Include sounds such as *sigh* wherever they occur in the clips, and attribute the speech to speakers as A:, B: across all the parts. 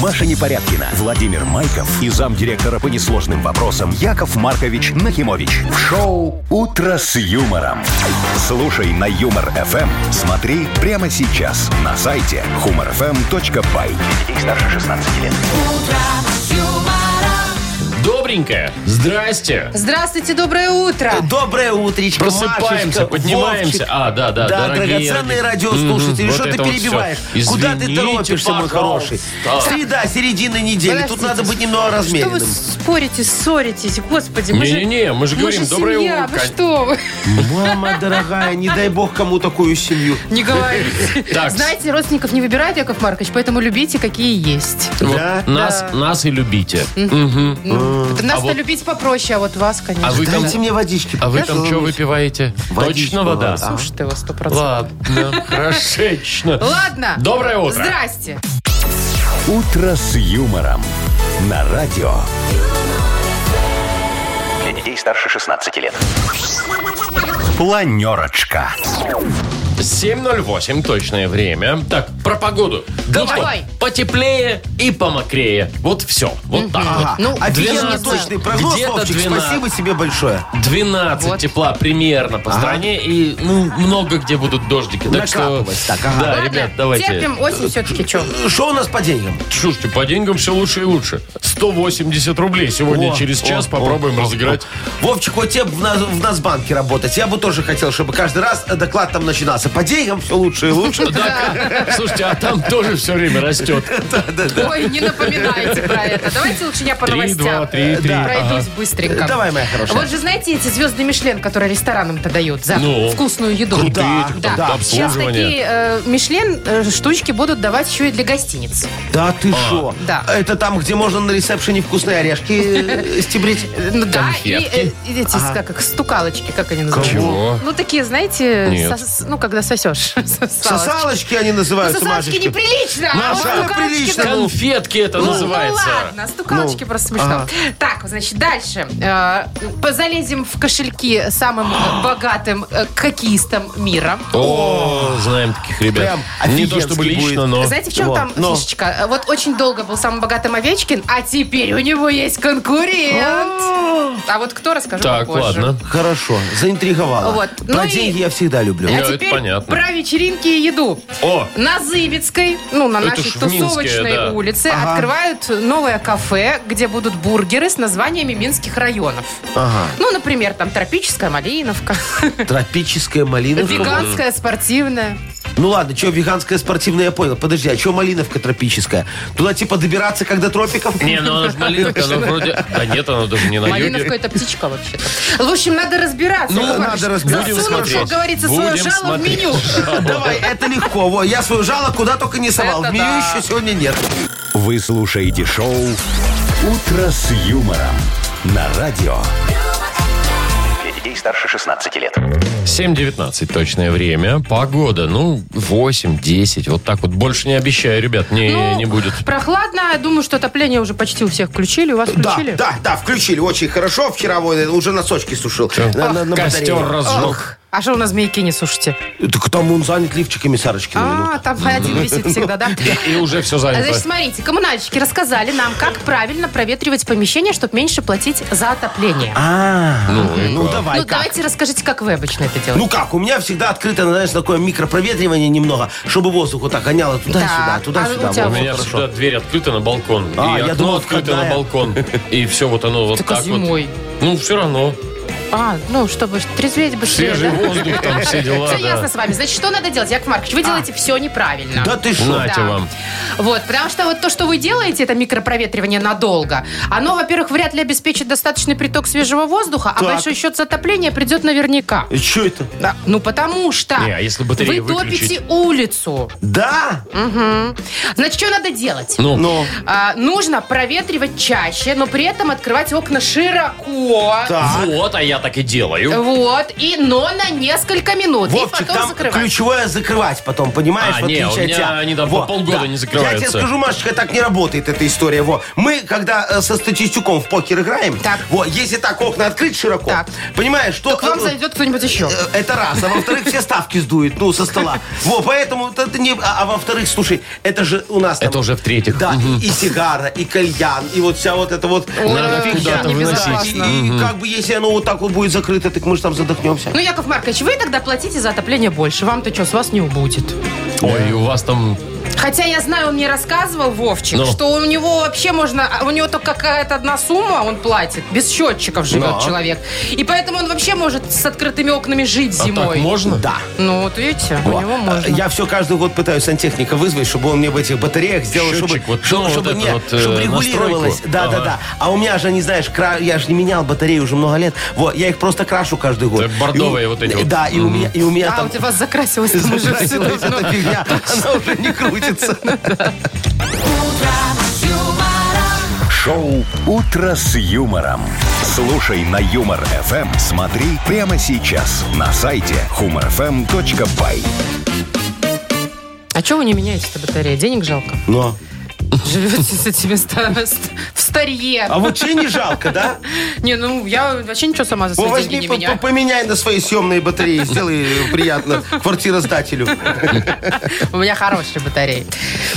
A: Маша Непорядкина, Владимир Майков и замдиректора по несложным вопросам Яков Маркович Нахимович. В шоу «Утро с юмором». Слушай на «Юмор-ФМ». Смотри прямо сейчас на сайте humorfm.by. Для детей старше 16 лет.
B: Добренькая. Здрасте.
C: Здравствуйте, доброе утро.
D: Э, Доброе утречко,
B: Просыпаемся,
D: Машечка,
B: поднимаемся.
D: Вовчик.
B: А, да, да,
D: Да,
B: дорогие
D: драгоценные
B: ради-
D: радиослушатели.
B: Мгм, вот
D: Что ты
B: это вот
D: перебиваешь?
B: всё.
D: Куда ты
B: Извините,
D: торопишься, мой хороший?
B: пожалуйста.
D: Среда, середина недели. Тут
C: Подождите.
D: надо быть немного
C: Что вы
D: размеренным.
C: спорите, ссоритесь? Господи, мы же...
B: Не-не-не, мы же говорим,
C: же
B: доброе
C: семья,
B: утро.
C: вы что
B: *laughs*
C: вы?
D: Мама дорогая, не дай бог кому такую семью.
C: Не говорите.
B: Так.
C: *laughs* Знаете, родственников не выбирают, Яков Маркович, поэтому любите, какие есть.
B: Вот
D: Да?
B: Нас, нас и любите.
C: Вот Нас-то
B: вот-
C: любить попроще, а вот вас, конечно.
B: А вы там,
D: Дайте мне водички.
B: а вы там что
D: пожалуйста.
B: выпиваете?
D: Водичку,
B: Точно вода?
D: ладно.
C: Уж ты его сто процентов.
D: *laughs*
B: Ладно, хорошечно.
C: Ладно.
B: Доброе утро.
C: Здрасте.
A: «Утро с юмором» на радио. Для детей старше 16 лет. Планерочка.
B: 7.08 точное время. Так, про погоду.
C: Давай.
B: что, потеплее и помокрее. Вот все. Вот так вот.
C: Ну,
D: Офигенно
B: 12.
D: точный прогноз,
B: Где-то
D: Вовчик.
B: 12.
D: Спасибо тебе большое.
B: 12
C: Вот.
B: тепла примерно по стране и ну много где будут дождики. Так что,
D: Накапывать. Так, ага.
B: да,
C: Ладно,
B: ребят, давайте.
C: Терпим, осень все-таки что?
D: Что у нас по деньгам?
B: Слушайте, по деньгам все лучше и лучше. 180 рублей сегодня
D: О,
B: через
D: о,
B: час
D: о,
B: попробуем
D: о,
B: разыграть.
D: о. Вовчик, вот тебе бы в, нас, в Нацбанке работать. Я бы тоже хотел, чтобы каждый раз э, доклад там начинался. По деньгам все лучше и лучше.
B: Да. Слушайте, а там тоже все время растет.
C: Ой, не напоминайте про это. Давайте лучше я по
B: Три, два,
C: новостям.
B: три, три.
C: Да.
B: Ага.
C: Пройдусь быстренько.
D: Давай, моя хорошая.
C: Вот же знаете эти звезды Мишлен, которые ресторанам-то дают за
B: Ну,
C: вкусную еду.
B: крутые, там,
C: да.
B: да,
C: Сейчас
B: обслуживание.
C: такие э, Мишлен э, штучки будут давать еще и для гостиниц.
D: Да ты
B: А.
D: шо?
C: Да.
D: Это там, где можно на ресепшене вкусные
C: *laughs*
D: орешки э, стебрить?
C: Э, ну да, и,
B: Конфетки?
C: э, эти как их стукалочки, как они называются?
B: Чего?
C: Ну такие, знаете,
B: Нет.
C: сос- ну когда сосешь. *laughs* Сосалочки. Ну,
D: Сосалочки они называются,
C: Сосалочки
D: Машечка.
C: неприлично, а вот
D: Маша,
C: стукалочки
D: прилично.
C: да.
B: Конфетки это
C: Ну,
B: называется.
C: Ну ладно, стукалочки просто смешно.
D: ага.
C: Так, значит, дальше. Э, Позалезем в кошельки самым э, богатым э, хоккеистам мира.
B: О, знаем таких ребят.
D: Прям
B: Не то чтобы
D: офигенски
B: лично,
D: будет.
B: но...
C: Знаете, в чем
D: вот,
C: там
D: ну.
C: фишечка? Э, Вот очень долго был самым богатым Овечкин, а теперь у него есть конкурент. А вот кто, расскажу
B: Так,
C: попозже.
B: ладно.
D: Хорошо, заинтриговала.
C: Вот. Ну
D: Про
C: и-
D: деньги я всегда люблю.
B: Я-
C: А
B: это
C: теперь
B: понятно.
C: про вечеринки и еду.
B: О,
C: На Зыбецкой, ну, на
B: Это
C: нашей
B: ж в Минске,
C: тусовочной
B: да.
C: улице, открывают новое кафе, где будут бургеры с названиями минских районов.
D: Ага.
C: Ну, например, там
B: *laughs*
C: тропическая малиновка,
D: Тропическая
B: Ну,
D: малиновка.
C: веганская, спортивная.
D: Ну ладно, что веганская спортивная, я понял. Подожди, а что малиновка тропическая? Туда типа добираться, когда тропиков?
B: не, ну она же малиновка, она вроде... Да нет, она даже не на
C: Малиновка
B: юге.
C: это птичка вообще-то. В общем, надо разбираться.
D: Ну,
C: Яков
D: надо
C: Маркович.
D: разбираться.
B: Будем
C: Засунул,
B: смотреть.
C: как говорится, свое
B: Будем
C: жало в
B: смотреть.
C: меню.
D: Давай, это легко. Во, я свою жало куда только не совал.
C: Это
D: В меню
C: да.
D: еще сегодня нет.
A: Вы слушаете шоу «Утро с юмором» на радио. Для детей старше 16 лет.
B: 7.19 точное время. Погода, ну, 8-10. Вот так вот. Больше не обещаю, ребят, *laughs* не,
C: Ну,
B: не будет.
C: Прохладно, я думаю, что отопление уже почти у всех включили. У вас
D: Да,
C: включили?
D: да, да, включили. Очень хорошо. Вчера вон, э, уже носочки сушил. На- на- на
B: Костер
D: батарее.
B: разжег.
C: А что у нас змейки не сушите?
D: Так там он занят лифчиками Сарочки.
C: А, там один висит всегда,
D: *laughs*
C: да?
B: И уже все
C: А,
B: занято.
C: Значит, смотрите, коммунальщики рассказали нам, как правильно проветривать помещение, чтобы меньше платить за отопление.
B: Ну, и
D: Ну
B: как?
D: давай,
C: ну,
D: как?
C: давайте расскажите, как вы обычно это делаете.
D: Ну как, у меня всегда открыто, знаешь, такое микропроветривание немного, чтобы воздух вот так гоняло туда-сюда,
C: Так,
D: туда-сюда.
C: а у тебя
D: Вот,
B: У меня
D: хорошо.
B: всегда дверь открыта на балкон.
D: А,
B: и
D: я
B: окно
D: думал,
B: открыто
D: входная.
B: на балкон. И все вот оно вот
C: Только
B: так
C: зимой.
B: вот. Ну, все равно.
C: А, ну, чтобы трезветь быстрее,
B: Свежий
C: да?
B: воздух, там все дела.
C: Все
B: да.
C: ясно с вами. Значит, что надо делать, Яков Маркович? Вы делаете все неправильно.
D: Да ты что?
B: Нате вам.
C: Вот, потому что вот то, что вы делаете, это микропроветривание надолго, оно, во-первых, вряд ли обеспечит достаточный приток свежего воздуха, а
D: Так.
C: большой счет за отопление придет наверняка.
D: Что это?
C: Да. Ну, потому что
B: Не, а если батареи
C: вы
B: выключить?
C: топите улицу.
D: Да?
C: Значит, что надо делать?
B: Ну,
D: Ну,
C: А, нужно проветривать чаще, но при этом открывать окна широко.
D: так.
B: вот, а я я так и делаю.
C: Вот, и но на несколько минут. и
D: Вовчик,
C: потом
D: там
C: закрывать.
D: ключевое закрывать потом, понимаешь?
B: А,
D: в
B: не,
D: отличие
B: у
D: от
B: меня
D: тебя.
B: они там по полгода не
D: Я тебе
B: закрываются.
D: скажу, Машечка, так не работает эта история. Во. Мы, когда э, со статистиком в покер играем,
C: Так.
D: во, если так окна открыть широко,
C: Так.
D: понимаешь, что...
C: К вам зайдет кто-нибудь еще.
D: Э, Это раз. А во-вторых, все ставки сдует, ну, со
C: *laughs*
D: стола. Во, поэтому... это не- А, а во-вторых, слушай, это же у нас там-
B: Это уже в-третьих.
D: Да, и, и сигара, и кальян, и вот вся вот эта вот...
B: Надо
C: Ой, ну,
B: куда-то
C: да,
B: выносить.
D: И,
C: небезопасно.
D: и как бы если оно вот так вот будет закрыто, так мы же там задохнемся.
C: Ну, Яков Маркович, вы тогда платите за отопление больше. Вам-то что, с вас не убудет.
B: Ой, у вас там...
C: Хотя я знаю, он мне рассказывал, Вовчик,
B: Ну.
C: что у него вообще можно... а У него только какая-то одна сумма он платит. Без счетчиков живет
B: Ну.
D: Да.
C: человек. И поэтому он вообще может с открытыми окнами жить
B: А так
C: зимой.
B: можно?
D: Да.
C: ну, вот видите, у
D: Во.
C: него можно.
D: Я все каждый год пытаюсь сантехника вызвать, чтобы он мне в этих батареях сделал,
B: Счетчик,
D: чтобы,
B: вот,
D: чтобы,
B: ну, вот
D: чтобы
B: это
D: не-
B: вот, э,
D: чтобы регулировалось.
B: настройку.
D: Да,
B: Ага.
D: да, да. А у меня же, не знаешь, кра- я же не менял батареи уже много лет. Вот, я их просто крашу каждый год.
B: Это бордовые
D: И у-
B: вот эти вот.
D: Да, и у меня, и у меня
C: а,
D: там
C: у вас закрасилось там уже все
D: закрасилась
C: давно. Ну. *laughs*
D: эта фигня. Она уже не крутится.
A: Шоу «Утро с юмором». Слушай на Юмор ФМ. Смотри прямо сейчас на сайте humorfm.by.
C: А что вы не меняете-то батарея? Денег *laughs* жалко.
D: Но.
C: Живете с этими ста- ст- в старье.
D: А вот тебе не жалко, да?
C: Не, ну я вообще ничего сама за
D: Ну,
C: свои деньги
D: возьми,
C: не
D: по- по-
C: меняю.
D: поменяй на свои съемные батареи, сделай э, приятно квартироздателю.
C: У меня хорошие батареи.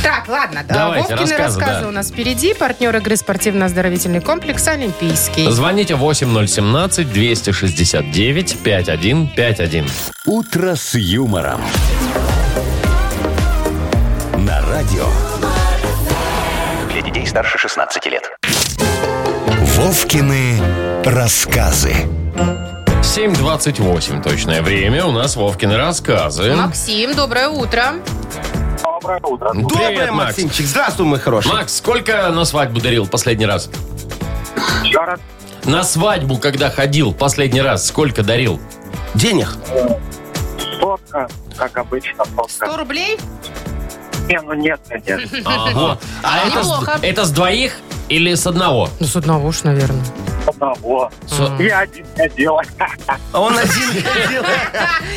C: Так, ладно, да,
B: Давайте,
C: Вовкины
B: рассказы,
C: рассказы
B: да.
C: у нас впереди. Партнер игры спортивно-оздоровительный комплекс Олимпийский.
B: Звоните 8017-269-5151.
A: «Утро с юмором». На радио.
E: Для детей старше 16 лет.
A: Вовкины рассказы.
B: 7.28 точное время. У нас Вовкины рассказы.
C: Максим, доброе утро.
B: Привет,
D: Доброе,
B: Макс.
D: Максимчик. Здравствуй, мой хороший.
B: Макс, сколько на свадьбу дарил последний раз?
F: Еще раз.
B: На свадьбу, когда ходил последний раз, сколько дарил?
D: Денег?
F: Сотка, как обычно, сотка.
C: 100 рублей?
F: Не, ну нет, конечно.
B: Ага. А это
C: Неплохо.
B: с, это с двоих или с одного?
C: Ну, с одного уж, наверное.
F: Одного.
B: Со-
F: Я один не делаю.
D: А он *laughs* один ходил.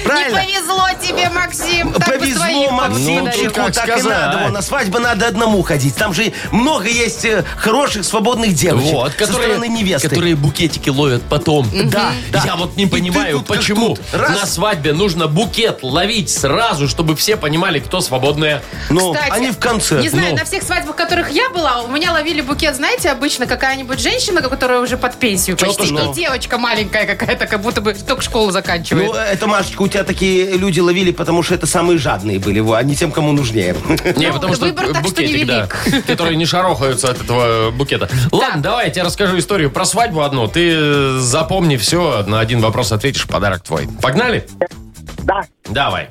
D: Правильно.
C: А, Не повезло тебе, Максим. Так бы
D: Повезло
C: своих
B: Ну,
C: подарил.
B: тут
D: Максимчику,
B: как
D: так и
B: сказать.
D: надо. Вон, На свадьбу надо одному ходить. Там же много есть э, хороших, свободных девочек
B: Вот,
D: со стороны невесты.
B: которые букетики ловят потом.
D: Да, да.
B: Я вот не
D: И ты
B: понимаю,
D: тут как
B: почему
D: тут. Раз.
B: на свадьбе нужно букет ловить сразу, чтобы все понимали, кто свободная.
D: Ну,
C: Кстати,
D: они в конце.
C: Не знаю,
D: Ну,
C: на всех свадьбах, которых я была, у меня ловили букет, знаете, обычно какая-нибудь женщина, которая уже под пенсию почти,
B: Тетушка.
C: и девочка маленькая какая-то, как будто бы только школу заканчивает.
D: ну, это, Машечка, у тебя такие люди ловили, потому что это самые жадные были, во, а не тем, кому нужнее. *laughs*
B: Не, потому что
C: Ну, выбор так что
B: букетик, да, которые не шарохаются от этого букета. Ладно, давай я тебе расскажу историю про свадьбу одну. Ты э, запомни все, на один вопрос ответишь, подарок твой. Погнали?
F: Да,
B: Давай.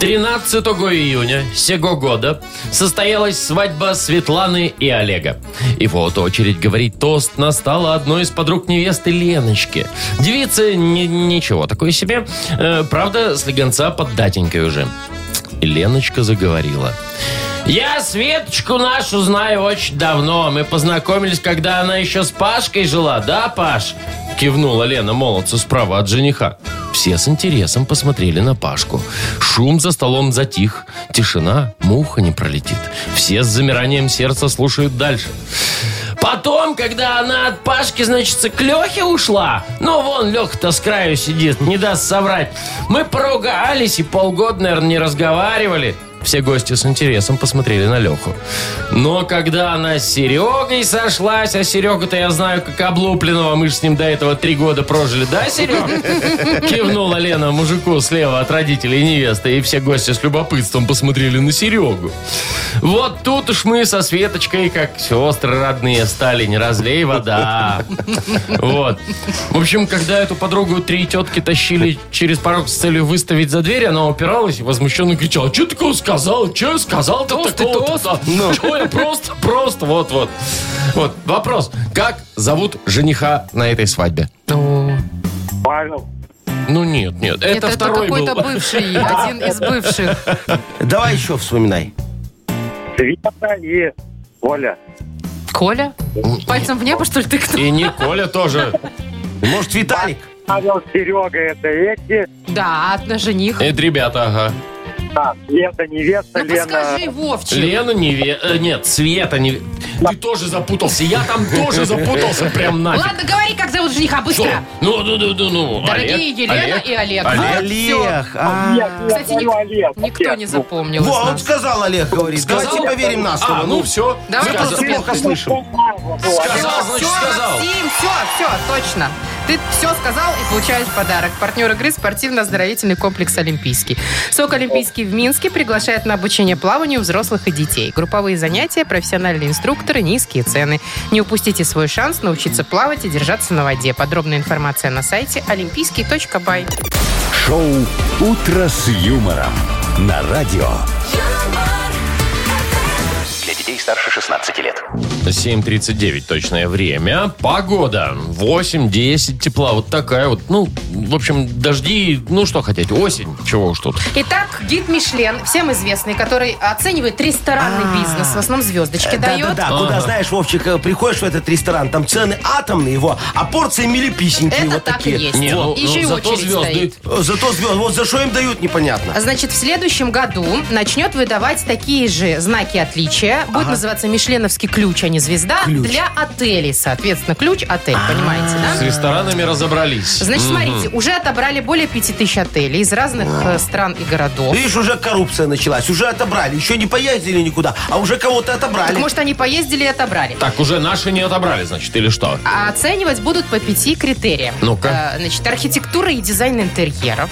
B: 13 июня сего года состоялась свадьба Светланы и Олега. И вот очередь говорить тост настала одной из подруг невесты Леночки. Девица ни- ничего такое себе, э, правда, слегонца под датенькой уже. И Леночка заговорила. Я Светочку нашу знаю очень давно. Мы познакомились, когда она еще с Пашкой жила, да, Паш? Кивнула Лена молодцу справа от жениха. Все с интересом посмотрели на Пашку. Шум за столом затих. Тишина, муха не пролетит. Все с замиранием сердца слушают дальше. Потом, когда она от Пашки, значит, к Лехе ушла, ну, вон Леха-то с краю сидит, не даст соврать, мы поругались и полгода, наверное, не разговаривали. Все гости с интересом посмотрели на Леху. Но когда она с Серегой сошлась, а Серегу-то я знаю как облупленного, мы же с ним до этого три года прожили, да, Серега? Кивнула Лена мужику слева от родителей невесты, и все гости с любопытством посмотрели на Серегу. Вот тут уж мы со Светочкой, как сестры родные, стали, не разлей вода. Вот. В общем, когда эту подругу три тетки тащили через порог с целью выставить за дверь, она упиралась и возмущенно кричала, что такого сказал? Что я сказал? то
C: Толстый
B: такого-то? Ну. Чё я просто, просто, вот-вот. Вот, вопрос. Как зовут жениха на этой свадьбе?
F: Павел.
B: Ну нет, нет, это,
C: это,
B: второй был.
C: какой-то бывший, один из бывших.
D: Давай еще вспоминай.
F: Света и Оля.
C: Коля? Пальцем в небо, что ли, тыкнул?
B: И Николя тоже.
D: Может, Виталик?
F: Павел, Серега, это эти.
C: Да, на жених.
B: Это ребята, ага.
F: Да, Лена, невеста,
C: Ну
F: Лена.
C: подскажи, Вовчик.
B: Лена не... ве- э, Нет, Света не... Ты тоже запутался. Я там тоже запутался прям нафиг.
C: Ладно, говори, как зовут жениха,
B: Что?
C: быстро.
B: Ну, ну, ну, ну, ну.
C: Дорогие
B: Олег,
C: Елена
B: Олег.
C: и Олег.
B: Олег.
C: Вот всё.
D: Олег. а.
F: Нет, нет,
C: Кстати,
F: говорю, Олег,
C: Никто
F: Олег,
C: не
F: ну,
C: запомнил из
D: Во, он
C: нас.
D: сказал, Олег говорит.
B: Сказал?
D: Давайте поверим на слово.
B: А, ну все.
C: Давай
D: Мы просто
C: Сказал.
D: плохо слышим.
F: Бумага была.
B: Сказал, значит,
C: все,
B: сказал.
C: Максим, все, все, точно. Ты все сказал и получаешь подарок. Партнер игры спортивно-оздоровительный комплекс «Олимпийский». СОК «Олимпийский» в Минске приглашает на обучение плаванию взрослых и детей. Групповые занятия, профессиональные инструкторы, низкие цены. Не упустите свой шанс научиться плавать и держаться на воде. Подробная информация на сайте олимпийский.бай.
A: Шоу «Утро с юмором» на радио.
E: Для детей старше 16 лет.
B: 7.39 точное время. Погода 8-10 тепла. Вот такая вот. Ну, в общем, дожди, ну что хотите, осень, чего уж тут.
C: Итак, гид Мишлен, всем известный, который оценивает ресторанный
D: А.
C: бизнес, в основном звездочки дает.
D: Да-да-да, куда, знаешь, Вовчик, э, приходишь в этот ресторан, там цены атомные, его, а порции милиписенькие
C: Это
D: вот
C: так и
D: такие.
C: есть.
B: Не, ну,
C: И еще и
B: ну, зато
C: очередь
B: звезды.
C: стоит.
D: Э, Зато звезд, вот за что им дают, непонятно.
C: А Значит, в следующем году начнет выдавать такие же знаки отличия. Будет называться Мишленовский ключ, а не звезда.
D: Ключ.
C: Для отелей, соответственно. Ключ, отель, понимаете,
B: С
C: да?
B: ресторанами разобрались.
C: Значит,
B: М.
C: смотрите, уже отобрали более 5000 отелей из разных э, стран и городов.
D: Видишь, уже коррупция началась, уже отобрали, еще не поездили никуда, а уже кого-то
C: Так,
D: отобрали.
C: может, они поездили и отобрали.
B: Так, уже наши не отобрали, значит, или что?
C: А оценивать будут по пяти критериям.
B: Ну-ка.
C: Э, Значит, архитектура и дизайн интерьеров,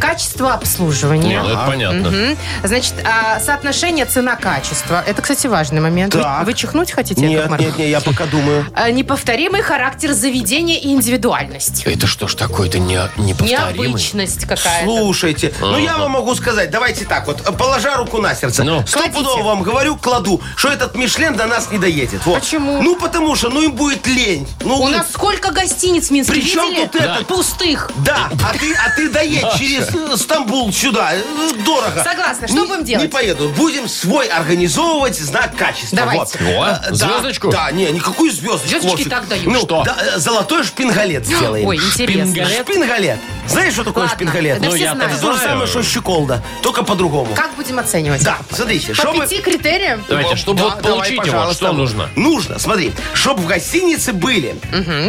C: качество обслуживания,
B: Не, ну это понятно.
C: Мгм. Значит, а, соотношение цена-качество. Это, кстати, важный момент. Вы-
D: Так.
C: Вы чихнуть хотите, Яков
D: Нет,
C: Маркович?
D: нет, нет, я пока думаю.
C: А, Неповторимый характер заведения и индивидуальность.
B: Это что ж такое-то не, неповторимый?
C: Необычность *laughs* какая-то.
D: Слушайте, ну я вам могу сказать, давайте так вот, э, положа руку на сердце,
B: Ну.
D: стопудово
C: Кладите.
D: вам говорю, кладу, что этот Мишлен до нас не доедет. Вот.
C: Почему?
D: Ну потому что, ну им будет лень. Ну,
C: У нас сколько гостиниц в Минске,
D: При чем
C: видели?
D: тут это?
C: Пустых.
D: Да, а ты, а ты доедь через э, Стамбул сюда. э, Дорого.
C: Согласна. Что
D: Не-
C: будем делать?
D: Не поеду. Будем свой организовывать знак качества.
C: Давайте.
D: Вот.
B: О,
D: Э, да,
B: звездочку?
D: Да, не, никакую звездочку.
C: Звездочки
D: Вовчик.
C: так дают.
D: Ну,
B: Что?
D: да, э, золотой шпингалет сделаем.
C: Ой, интересно.
B: Шпингалет?
D: Шпингалет. Знаешь, что такое
C: Ладно,
D: шпингалет?
C: да
B: Ну,
C: все
B: я-то
C: знают.
D: Это то же
B: знаю.
D: самое, что щеколда, только по-другому.
C: Как будем оценивать?
D: Да, смотрите,
C: По
D: чтобы...
C: пяти критериям?
B: Давайте, чтобы
D: Да,
B: вот
D: давай,
B: получить его,
D: пожалуйста.
B: что нужно?
D: Нужно, смотри, чтобы в гостинице были.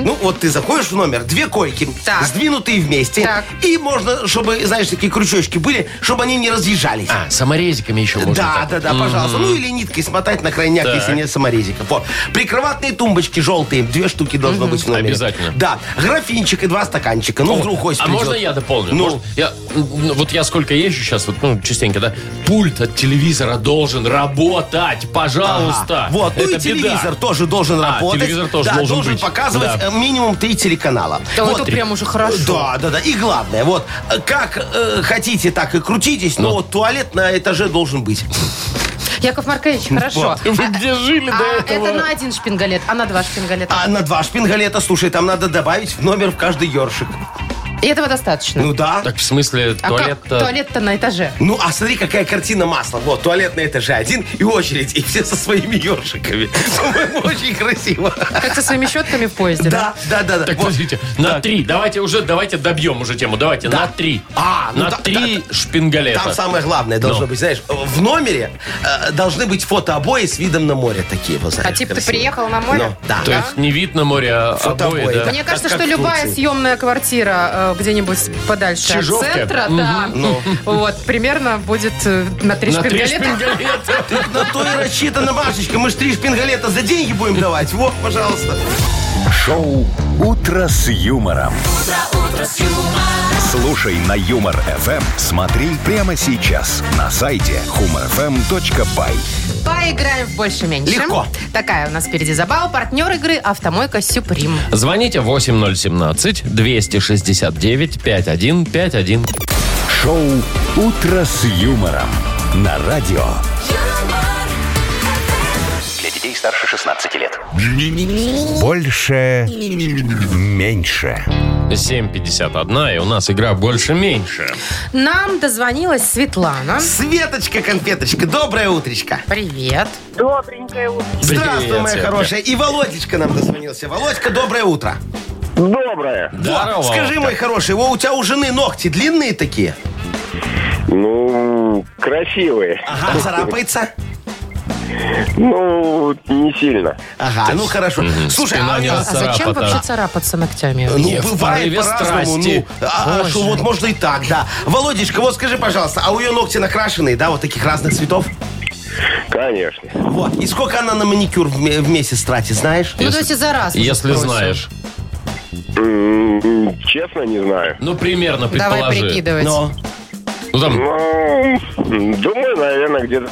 D: Ну, вот ты заходишь в номер, две койки,
C: Так.
D: сдвинутые вместе.
C: Так.
D: И можно, чтобы, знаешь, такие крючочки были, чтобы они не разъезжались.
B: А, саморезиками еще можно.
D: Да,
B: так.
D: да, да, пожалуйста. Ну или ниткой смотать на крайняк,
B: Так.
D: если нет саморезиков. Вот. Прикроватные тумбочки желтые, две штуки должно быть в номере.
B: Обязательно.
D: Да, графинчик и два стаканчика. Ну, вдруг гость
B: а
D: придет.
B: можно я дополню?
D: Ну.
B: Может, я, ну, вот я сколько езжу сейчас, вот, ну, частенько, да, пульт от телевизора должен работать, пожалуйста.
D: Ага. Вот, ну
B: Это
D: и телевизор
B: беда.
D: тоже должен
B: А,
D: работать.
B: телевизор тоже
D: Да,
B: должен быть.
D: показывать
B: Да.
D: э, минимум три телеканала.
C: Да
D: Вот.
C: это прям уже хорошо.
D: Да, да, да. И главное, вот, э, как э, хотите, так и крутитесь,
B: Ну.
D: но вот туалет на этаже должен быть.
C: Яков Маркович, хорошо.
B: *laughs* Вы где жили
C: А
B: до этого?
C: это на один шпингалет, а на два шпингалета.
D: А на два шпингалета, слушай, там надо добавить в номер в каждый ершик.
C: И этого достаточно.
D: Ну да.
B: Так, в смысле,
C: а
B: туалет...
C: как? Туалет-то на этаже.
D: Ну, а смотри, какая картина масла. Вот, туалет на этаже один и очередь, и все со своими ершиками. По-моему, *laughs* очень красиво.
C: Как со своими щетками в поезде, да?
D: Да, да, да, да.
B: Так,
D: Вот.
B: подождите, на три. Давайте уже, давайте добьем уже тему. Давайте, на три.
D: А, ну
B: на
D: да,
B: три
D: да, да.
B: шпингалета.
D: Там самое главное должно
B: Ну.
D: быть, знаешь, в номере э, должны быть фотообои с видом на море такие, вот, знаешь,
C: А типа ты
D: красивые.
C: приехал на море?
D: Ну, да.
B: То есть не вид на море, а
D: Фотобой,
B: обои, да?
D: да.
C: Мне кажется,
D: как
C: что
D: в
C: любая
D: Турции.
C: съемная квартира э, где-нибудь подальше
B: Чижовка? Ну.
C: от центра, да, вот, примерно будет э, на три
B: На три
C: шпингалета.
B: шпингалета.
D: Так на то и рассчитана, Машечка. Мы ж три шпингалета за деньги будем давать. Вот, пожалуйста.
A: Шоу «Утро с юмором». Слушай на Юмор ФМ, смотри прямо сейчас на сайте humorfm.by.
C: Поиграем в больше-меньше.
D: Легко.
C: Такая у нас впереди забава. Партнер игры «Автомойка Сюприм».
B: Звоните 8017-269-5151.
A: Шоу «Утро с юмором» на радио.
E: Для детей старше 16 лет.
A: Больше. Меньше.
B: 7.51, и у нас игра больше-меньше.
C: Нам дозвонилась Светлана.
D: Светочка, конфеточка, доброе утречко.
C: Привет.
F: Добренькое утро.
D: Здравствуй,
B: Привет,
D: моя
B: Светка.
D: хорошая. И Володечка нам дозвонился. Володька, доброе утро.
G: Доброе.
B: Здорово.
D: Вот, скажи, мой хороший, во, у тебя у жены ногти длинные такие?
G: Ну, красивые.
D: Ага, царапается.
G: Ну, не сильно.
D: Ага, ну хорошо. Слушай,
B: спина
D: а у
B: не
D: неё-
C: А зачем
B: Царапа-то.
C: вообще царапаться ногтями?
D: Ну,
B: Не, в
D: бывает
B: порыве
D: по-разному.
B: страсти.
D: Ну, а, а,
C: Боже.
D: что вот можно и так, да. Володечка, вот скажи, пожалуйста, а у ее ногти накрашенные, да, вот таких разных цветов?
G: Конечно.
D: Вот. И сколько она на маникюр в, ме- в месяц тратит, знаешь?
C: Ну, то есть и за раз. уже
B: Если
C: спросим.
B: знаешь.
G: М, Честно, не знаю.
B: Ну, примерно
C: Давай
B: предположи.
C: прикидывать.
D: Но.
B: Ну, там,
G: Ну, думаю, наверное, где-то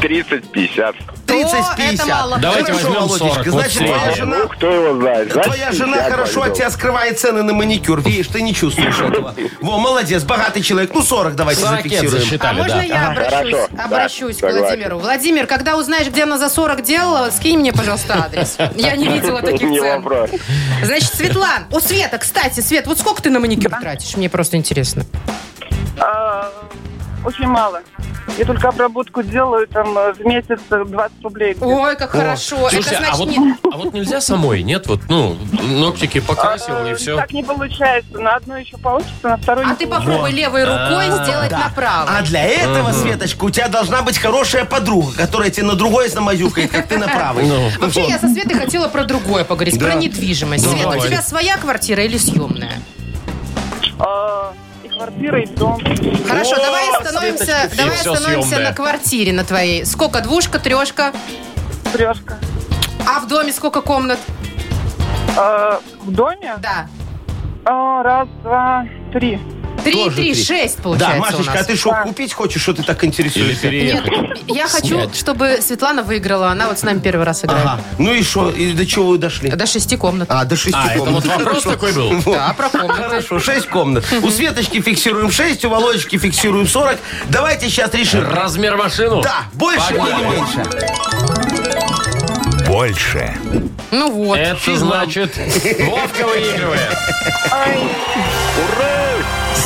G: 30-50.
D: 30-50.
C: это мало.
B: Давайте
D: Хорошо,
B: возьмем 40, вот
D: Володечка, значит, твоя
B: среднее.
D: жена...
G: Ну, кто его знает. Значит,
D: Твоя жена
G: 50
D: хорошо от
G: пойду.
D: тебя скрывает цены на маникюр. Видишь, ты не чувствуешь этого. Во, молодец, богатый человек. Ну, 40 давайте
B: сорокет
D: зафиксируем.
C: А
B: засчитали,
C: можно
B: да.
C: я
G: Ага,
C: обращусь,
G: хорошо, да,
C: обращусь к
G: согласен.
C: Владимиру? Владимир, когда узнаешь, где она за 40 делала, скинь мне, пожалуйста, адрес. Я не видела таких
G: Не
C: цен.
G: вопрос.
C: Значит, Светлан, у Света, кстати, Свет, вот сколько ты на маникюр тратишь? Мне просто интересно.
H: А, Очень мало. Я только обработку делаю, там э, в месяц э, 20 рублей.
C: Ой, как хорошо.
B: Слушайте,
C: это значит,
B: а вот,
C: не-
B: а вот нельзя самой, нет? Вот, ну, ногтики покрасил
H: А,
B: и все.
H: Так не получается. На одно еще получится, на второе
C: А
H: не
C: ты
H: получится.
C: попробуй левой рукой сделать направо.
D: А для этого, Светочка, у тебя должна быть хорошая подруга, которая тебе на другой замазюкает, как ты на правой.
B: Ну.
C: Вообще, я со Светой хотела про другое поговорить, про недвижимость.
B: Ну,
C: Свет, у
B: давай.
C: тебя своя квартира или съемная?
H: А, И квартира, и дом.
C: Хорошо,
B: О,
C: давай остановимся,
B: Светочка,
C: давай
B: всё
C: остановимся
B: съемное.
C: на квартире на твоей. Сколько, двушка, трешка?
H: Трешка.
C: А в доме сколько комнат?
H: А, В доме?
C: Да.
H: А, Раз, два, три.
C: Три,
D: Тоже
C: три,
D: три.
C: шесть
D: Да,
C: получается у
D: Машечка,
C: нас.
D: а ты что, купить хочешь, что ты так
B: Или
D: интересуешься?
C: Нет,
B: переехать.
C: я хочу,
B: Снять.
C: чтобы Светлана выиграла. Она вот с нами первый раз играет.
D: Ага. Ну и что, и до чего вы дошли?
C: До шести комнат.
D: А, до шести
B: А, это вот
D: комнат.
B: вопрос
D: Хорошо.
B: такой был?
D: Вот.
C: Да, про комнаты.
D: Хорошо, шесть комнат. У Светочки фиксируем 6, у Володечки фиксируем 40. Давайте сейчас решим.
B: Размер машину?
D: Да, больше
B: Погнали.
D: или меньше?
A: Больше.
C: Ну вот.
D: Э,
B: Это значит, Вовка выигрывает.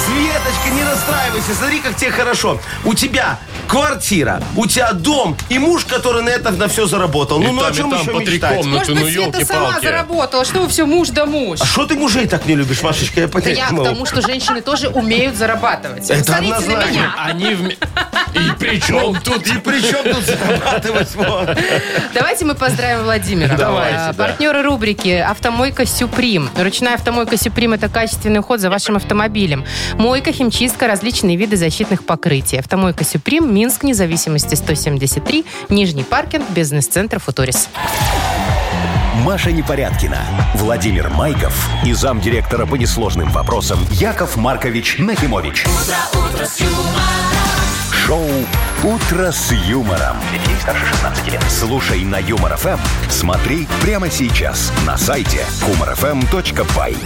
D: Светочка, не расстраивайся, смотри, как тебе хорошо. У тебя квартира, у тебя дом и муж, который на это на все заработал. Ну,
B: И
D: ну
B: там,
D: о
B: и
D: чем
B: там
D: еще
B: по три
D: мечтать?
B: комнаты.
C: Может
B: Ну,
C: быть,
B: ты, ну,
C: Света сама
B: ёлки-палки.
C: заработала. Что вы все муж да муж?
D: А что ты мужей так не любишь, Машечка? Я
C: Да
D: потерял.
C: я к тому, что женщины тоже умеют зарабатывать.
D: Это
C: Смотрите на
D: однозначно.
C: меня.
B: Они в... И при чем тут?
D: И при чем тут зарабатывать? Вот.
C: Давайте мы поздравим Владимира.
B: Давайте, да.
C: Э, Партнеры рубрики «Автомойка Сюприм». Ручная автомойка Сюприм – это качественный уход за вашим автомобилем. Мойка, химчистка, различные виды защитных покрытий. Автомойка Сюприм, Минск, независимости 173, Нижний паркинг, бизнес-центр «Футурис».
A: Маша Непорядкина, Владимир Майков и замдиректора по несложным вопросам Яков Маркович Нахимович. Шоу Утро с юмором. Детей старше 16 лет. Слушай на юмор ФМ. Смотри прямо сейчас на сайте humorfm.by.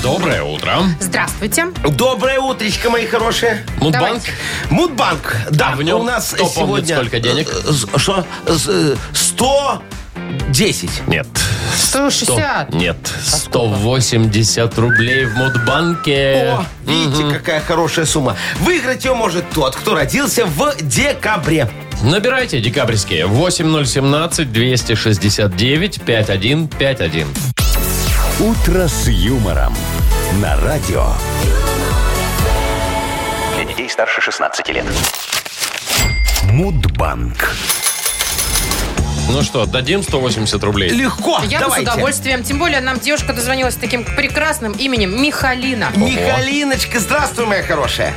B: Доброе утро.
C: Здравствуйте.
D: Доброе утречко, мои хорошие.
B: Мудбанк.
D: Мудбанк. Да,
B: А в нем
D: у нас
B: кто помнит,
D: сегодня...
B: сколько денег?
D: э, э, Что? Э, э, 110.
B: Нет.
C: 160.
B: Сто- Нет.
C: А
B: 180 рублей в Мудбанке.
D: О, видите, какая хорошая сумма. Выиграть ее может тот, кто родился в декабре.
B: Набирайте декабрьские 8017-269-5151.
A: Утро с юмором. На радио.
E: Для детей старше 16 лет.
A: Мудбанк.
B: Ну что, дадим 180 рублей?
D: Легко.
C: А Я бы с
D: Давайте.
C: удовольствием. Тем более нам девушка дозвонилась с таким прекрасным именем Михалина.
D: Михалиночка, здравствуй, моя хорошая.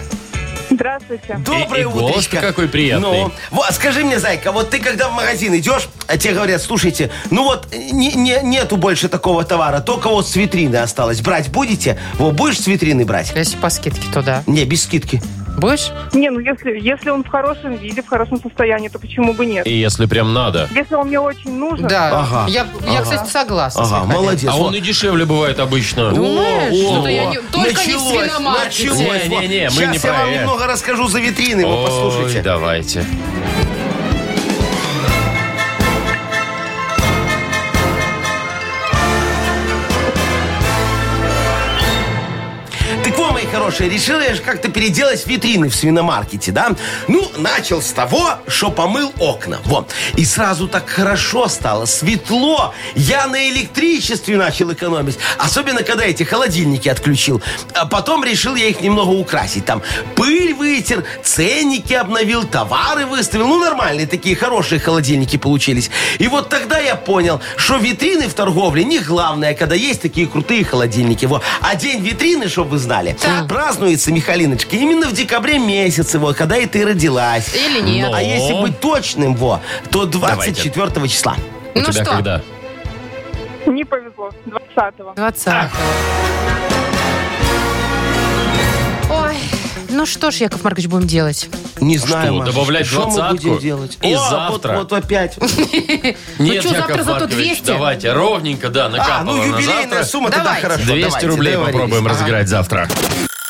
H: Здравствуйте.
B: И-
D: Доброе
B: и голос-то
D: утречко.
B: какой приятный.
D: Ну, вот, скажи мне, Зайка, вот ты когда в магазин идешь, а тебе говорят, слушайте, ну вот не- не- нету больше такого товара, только вот с витрины осталось. Брать будете? Вот будешь с витрины брать?
C: Если по скидке, то да.
D: Не, без скидки.
C: Будешь?
H: Не, ну если, если он в хорошем виде, в хорошем состоянии, то почему бы нет?
B: И если прям надо.
H: Если он мне очень нужен,
C: Да.
D: Ага.
C: Я, я, кстати, согласна. с
D: Ага,
C: Михалиной.
D: молодец.
B: А
D: вот.
B: он и дешевле бывает обычно.
C: Думаешь?
D: О,
C: Что-то я не-
D: о,
C: Только не в
D: началось,
C: свиномаркете.
D: началось.
B: Не-не-не, мы
D: Сейчас
B: не
D: я
B: про
D: вам
B: это.
D: немного расскажу за витрины, вы
B: Ой,
D: послушайте.
B: давайте.
D: хорошая. Решила я же как-то переделать витрины в свиномаркете, да? Ну, начал с того, что помыл окна. Вот. И сразу так хорошо стало, светло. Я на электричестве начал экономить. Особенно, когда эти холодильники отключил. А потом решил я их немного украсить. Там пыль вытер, ценники обновил, товары выставил. Ну, нормальные такие хорошие холодильники получились. И вот тогда я понял, что витрины в торговле не главное, когда есть такие крутые холодильники. Во. А день витрины, чтобы вы знали, празднуется, Михалиночка, именно в декабре месяце, вот, когда и ты родилась.
C: Или нет?
B: Но.
D: А если быть точным, во, то 24 числа.
B: У
C: ну
B: тебя
C: что?
B: когда?
H: Не повезло. 20-го.
C: 20 Ой, ну что ж, Яков Маркович, будем делать?
D: Не знаю,
B: Что,
D: Машечка,
B: добавлять
D: что мы
B: двадцатку?
D: будем делать?
B: И
D: О, вот-
B: завтра.
D: Вот, опять.
B: Нет,
C: что,
B: Яков
C: Ну завтра зато
B: Маркович,
C: 200?
B: давайте, ровненько, да,
D: А, *laughs* ну
B: накапало на
D: юбилейная
B: завтра.
D: сумма тогда
C: Давайте.
D: хорошо.
B: 200
D: давайте, А,
B: рублей
D: договорились.
B: попробуем
D: Ага.
B: разыграть завтра.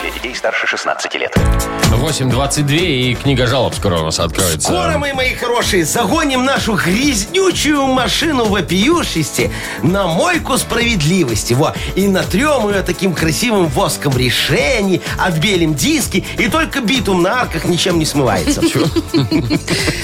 E: Для детей старше 16 лет.
B: 8.22 и книга жалоб скоро у нас откроется.
D: Скоро мы, мои хорошие, загоним нашу грязнючую машину вопиюшисти на мойку справедливости. Во. И натрем ее таким красивым воском решений, отбелим диски, и только битум на арках ничем не смывается.
B: *laughs*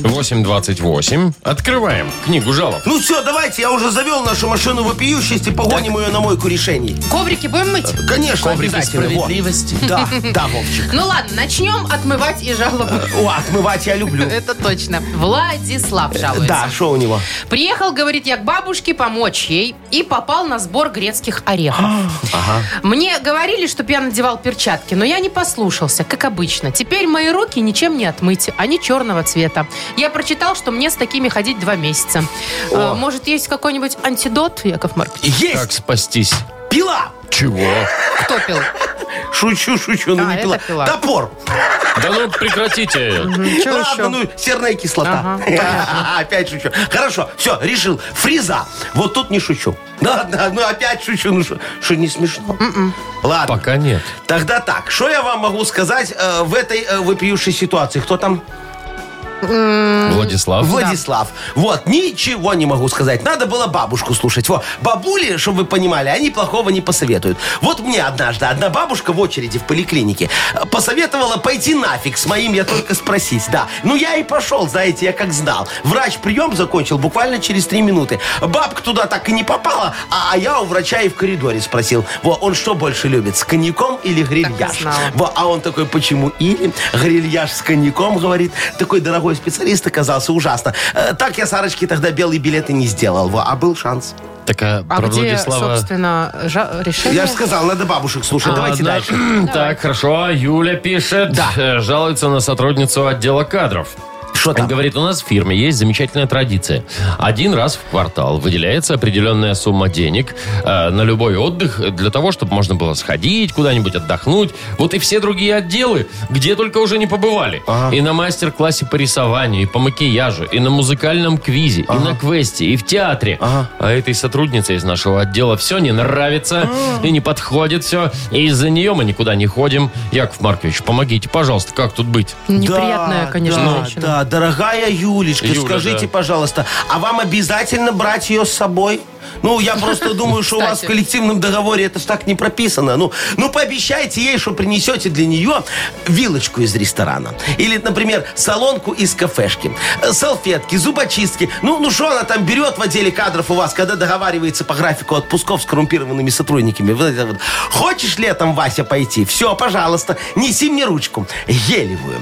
B: 8.28. Открываем книгу жалоб.
D: Ну все, давайте, я уже завел нашу машину вопиющести, погоним ее на мойку решений.
C: Коврики будем мыть?
D: Конечно,
B: Коврики
D: обязательно. во.
B: справедливости.
D: Да, да, Вовчик.
C: Ну ладно, начнем отмывать и жалобы.
D: *laughs* О, отмывать я люблю.
C: Это точно. Владислав
D: Э, Да,
C: жалуется.
D: что у него?
C: Приехал, говорит, я к бабушке помочь ей и попал на сбор грецких
D: *gasps*
C: орехов. Мне говорили, чтобы я надевал перчатки, но я не послушался, как обычно. Теперь мои руки ничем не отмыть, они черного цвета. Я прочитал, что мне с такими ходить два месяца. Э, Может, есть какой-нибудь антидот, Яков Маркович?
D: Есть
B: Как спастись?
D: пила.
B: Чего?
C: Кто пил?
D: Шучу, шучу, ну
C: А,
D: не
C: это
D: пила.
C: пила.
D: Топор.
B: Да ну прекратите.
C: Чего
D: Ладно, ну, серная кислота. *laughs* Опять шучу. Хорошо, все, решил. Фриза. Вот тут не шучу. *laughs* Ладно, ну опять шучу. Ну что, не смешно?
C: М-м.
D: Ладно.
B: Пока нет.
D: Тогда так, что я вам могу сказать э, в этой э, вопиющей ситуации? Кто там?
B: Владислав.
D: Владислав. Вот, ничего не могу сказать. Надо было бабушку слушать. Во, бабули, чтобы вы понимали, они плохого не посоветуют. Вот мне однажды одна бабушка в очереди в поликлинике э, посоветовала пойти нафиг с моим, я только спросить, да. Ну, я и пошел, знаете, я как знал. Врач прием закончил буквально через три минуты. Бабка туда так и не попала, а, а я у врача и в коридоре спросил. Во, он что больше любит, с коньяком или
C: Так и
D: грильяж?
C: знала.
D: Во, а он такой, почему или? Грильяж с коньяком, говорит. Такой дорогой специалист оказался, ужасно. Э, так я Сарочке тогда белые билеты не сделал, во, а был шанс.
B: Так, а
C: А
B: про
C: где,
B: Владислава...
C: собственно, жа- решение?
D: Я же сказал, надо бабушек
B: А,
D: слушать. Давайте
B: Ладно. *clears throat*
D: дальше.
B: Так, хорошо. Юля пишет. э, Жалуется на сотрудницу отдела кадров.
D: Что
B: Он
D: там?
B: говорит, у нас в фирме есть замечательная традиция. Один раз в квартал выделяется определенная сумма денег э, на любой отдых для того, чтобы можно было сходить, куда-нибудь отдохнуть. Вот и все другие отделы, где только уже не побывали.
D: А.
B: И на мастер-классе по рисованию, и по макияжу, и на музыкальном квизе, и на квесте, и в театре. А этой сотруднице из нашего отдела все не нравится
D: А.
B: и не подходит все. И из-за нее мы никуда не ходим. Яков Маркович, помогите, пожалуйста, как тут быть?
C: Ну, Неприятная,
D: Да,
C: конечно,
D: да,
C: женщина.
D: Да, дорогая Юлечка,
B: Юля,
D: скажите,
B: да.
D: пожалуйста, а вам обязательно брать ее с собой? Ну,
C: *laughs*
D: я просто думаю, что у вас в
C: Кстати.
D: коллективном договоре это ж так не прописано. Ну, ну пообещайте ей, что принесете для нее вилочку из ресторана. Или, например, солонку из кафешки. Э, Салфетки, зубочистки. Ну, ну что она там берет в отделе кадров у вас, когда договаривается по графику отпусков с коррумпированными сотрудниками? Вот это вот. Хочешь летом, Вася, пойти? Все, пожалуйста, неси мне ручку. Гелевую,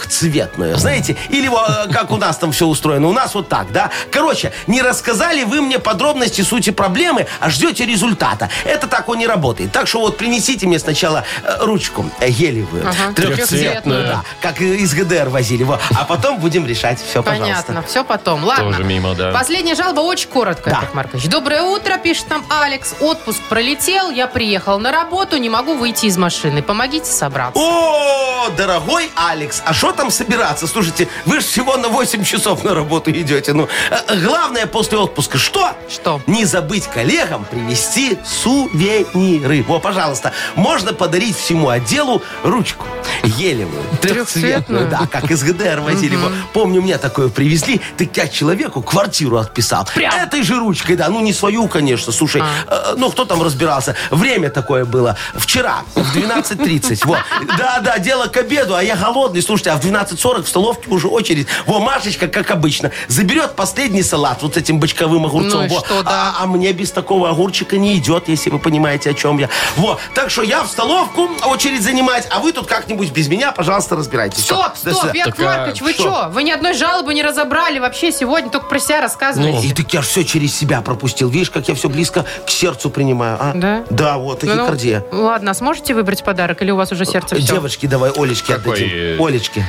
D: трехцветную, знаете? Или во- э, как у нас там все устроено? У нас вот так, да? Короче, не рассказали вы мне подробности сути проблемы, а ждете результата. Это так он не работает. Так что вот принесите мне сначала э, ручку э, гелевую,
C: Ага.
D: трехцветную,
C: Трехцветную.
D: да, как э, из ГДР возили, во. а потом будем решать. Все,
C: Понятно,
D: пожалуйста.
C: все потом. Ладно.
B: Тоже мимо, да.
C: Последняя жалоба очень короткая,
D: Да.
C: Яков Маркович. Доброе утро, пишет нам Алекс. Отпуск пролетел, я приехал на работу, не могу выйти из машины. Помогите собраться.
D: О, дорогой Алекс, а что там собираться? Слушайте, вы же всего на 8 часов на работу идете. Ну, э, главное после отпуска что?
C: Что?
D: Не забыть коллегам привезти сувениры. Во, пожалуйста, можно подарить всему отделу ручку. Елевую,
C: Трехцветную?
D: трехцветную, да, как из ГДР возили. Во, Помню, мне такое привезли, так я человеку квартиру отписал. Этой же ручкой, да, ну не свою, конечно, слушай. Э, Ну, кто там разбирался? Время такое было. Вчера, в 12.30, вот. Да-да, дело к обеду, а я голодный, слушайте, а в 12.40 в столовке уже очередь. Во, Машечка, как обычно, заберет последний салат вот с этим бочковым огурцом.
C: Ну и
D: Во.
C: что, да.
D: А- а мне без такого огурчика не идет, если вы понимаете, о чем я. Вот. Так что я в столовку очередь занимать, а вы тут как-нибудь без меня, пожалуйста, разбирайтесь.
C: Стоп,
D: Всё. До
C: стоп,
D: свидания.
C: Яков
B: Так, а
C: Маркович, вы
D: что?
C: что? Вы ни одной жалобы не разобрали вообще сегодня, только про себя
D: Ну, И
C: рассказываете.
D: так я все через себя пропустил. Видишь, как я все близко к сердцу принимаю. а?
C: Да?
D: Да, вот,
C: Ну, ну,
D: тахикардия.
C: ладно, а сможете выбрать подарок или у вас уже
D: Э,
C: сердце все?
D: Девочки, давай, Олечке
B: Какой, э,
D: отдадим. Олечке.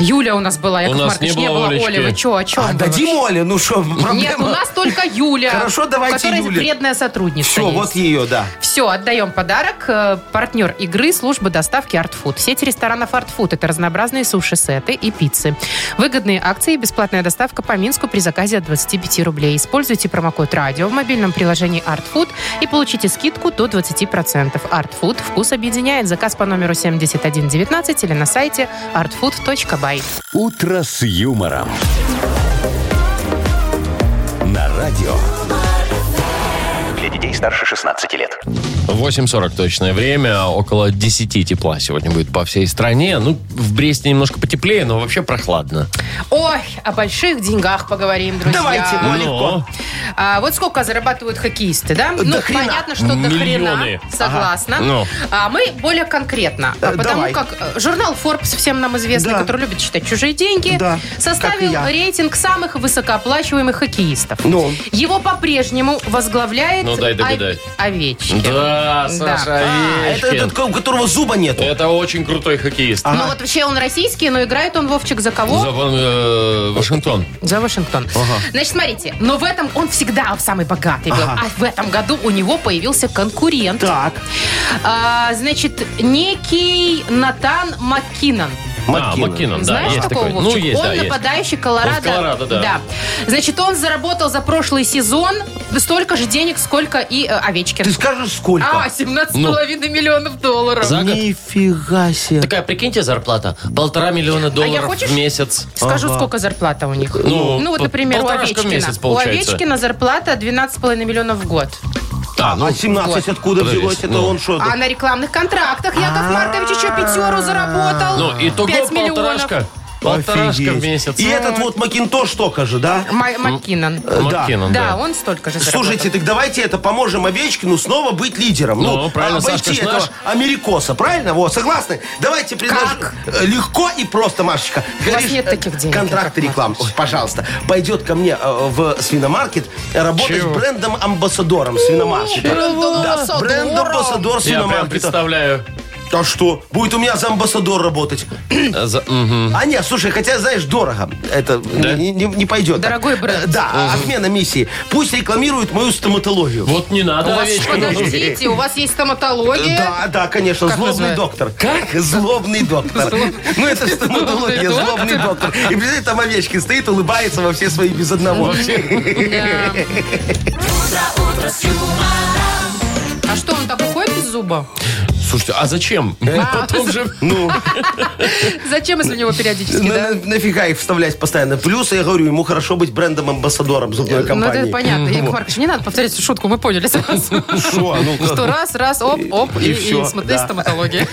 C: Юля у нас была, Яков
B: нас
C: Маркович,
B: не было Олечки.
C: Оли. Вы что, о чем?
D: А, дадим Оле, ну что, проблема?
C: Нет, у нас только Юля.
D: Хорошо, давайте
C: Которая
D: Юле.
C: вредная сотрудница
D: Все,
C: есть.
D: вот ее, да.
C: Все, отдаем подарок. Э, Партнер игры – служба доставки Art Food. Сеть ресторанов Art Food – это разнообразные суши-сеты и пиццы. Выгодные акции и бесплатная доставка по Минску при заказе от 25 рублей. Используйте промокод «Радио» в мобильном приложении Art Food и получите скидку до 20%. Art Food – вкус объединяет. Заказ по номеру 7119 или на сайте artfood.by.
A: «Утро с юмором». На радио.
E: Для детей старше 16 лет.
B: 8.40 точное время, около 10 тепла сегодня будет по всей стране. Ну, в Бресте немножко потеплее, но вообще прохладно.
C: Ой, о больших деньгах поговорим, друзья.
D: Давайте,
B: Ну,
D: Оля.
B: легко.
C: А вот сколько зарабатывают хоккеисты, да? ну,
D: хрена.
C: понятно, что до
B: Миллионы.
C: хрена, согласна.
B: Ага. Ну.
C: А мы более конкретно,
D: Э,
C: потому
D: давай.
C: как э, журнал Forbes всем нам известный,
D: Да.
C: который любит читать чужие деньги,
D: Да, как и
C: составил
D: я.
C: рейтинг самых высокооплачиваемых хоккеистов.
D: Ну.
C: Его по-прежнему возглавляет
B: Ну, дай догадаюсь.
C: О- Овечкин.
B: Да, Саша
D: А, это
B: Овечкин.
D: этот, А. у которого зуба нету.
B: Это очень крутой хоккеист.
C: Ну вот вообще он российский, но играет он, Вовчик, за кого?
B: За Ван- э, Вашингтон.
C: За Вашингтон. Значит, смотрите, но в этом он всегда самый богатый был.
D: Ага.
C: А в этом году у него появился конкурент.
D: Так,
C: А, значит, некий Натан Маккинон.
B: А,
D: Маккинон.
B: Маккинон, да,
C: Знаешь
B: есть
C: такого,
B: такой.
C: Вовчик?
B: Ну, есть,
C: Он
B: да, есть.
C: нападающий Колорадо.
B: Он в Колорадо, да.
C: Значит, он заработал за прошлый сезон столько же денег, сколько и э, Овечкин.
D: Ты скажешь, сколько?
C: А, 17,5
B: Ну.
C: миллионов долларов.
B: За год.
D: Нифига себе.
B: Такая, прикиньте, зарплата. Полтора миллиона долларов
C: А хочешь-
B: в месяц.
C: Скажу, сколько зарплата у них.
B: Ну,
C: вот,
B: по-
C: например, у
B: полторашка в
C: Овечкина.
B: месяц
C: у
B: получается.
C: Овечкина зарплата 12,5 миллионов в год.
B: Да, ну,
D: А 17 откуда
B: Подожди,
D: взялось? Это
B: ну.
D: он что?
C: А на рекламных контрактах Яков Маркович еще пятеру заработал.
B: ну и того
C: 5 миллионов.
B: полторашка. Полторашка в
D: Офигеть.
B: месяц. А,
D: И этот вот Макинтош только же, да?
C: Ма- Маккинон.
B: Маккинон,
C: Да,
B: да.
C: он столько же заработал.
D: Слушайте, так давайте это поможем Овечкину снова быть лидером.
B: Ну, правильно,
D: обойти
B: Сашка ж
D: этого
B: наш.
D: Америкоса, правильно? Вот, согласны? Давайте предложим. Э, Легко и просто, Машечка.
C: вас нет таких денег,
D: Контракт
C: Яков
D: реклам. Ой, пожалуйста. Пойдет ко мне э, в свиномаркет работать
B: Чего?
D: брендом-амбассадором свиномаркета. Да,
C: брендом-амбассадором.
D: бренд-амбассадор
B: Я прям
D: свиномаркета.
B: представляю.
D: А что? Будет у меня за амбассадор работать.
B: Э, за- мгм.
D: А нет, слушай, хотя, знаешь, дорого. Это не, не- не пойдет.
C: Дорогой
D: Э,
C: бренд.
D: Да, отмена миссии. Пусть рекламируют мою стоматологию.
B: Вот не
C: У
B: надо
C: вас,
B: овечку.
C: подождите, у вас есть стоматология?
D: Да, да, конечно, злобный
C: называют?
D: доктор. Как? Злобный доктор. Ну, это ж стоматология,
C: Злобный
D: злобный доктор. И представляете, там овечки стоит, улыбается во все свои без одного.
C: А что, он так уходит без зуба?
B: Слушайте, а зачем? *laughs* Потом же...
D: Ну,
C: Зачем, если у него периодически,
D: на-
C: да?
D: на- нафига их вставлять постоянно. Плюс, я говорю, ему хорошо быть брендом-амбассадором зубной
C: Ну, это
D: компании.
C: понятно. Яков Маркович, не надо повторять эту шутку, мы поняли сразу.
D: *laughs* Что, ну, как-
C: Что раз, раз, оп, оп,
D: И
C: и, и,
D: всё,
C: смо- и
D: да.
C: стоматология.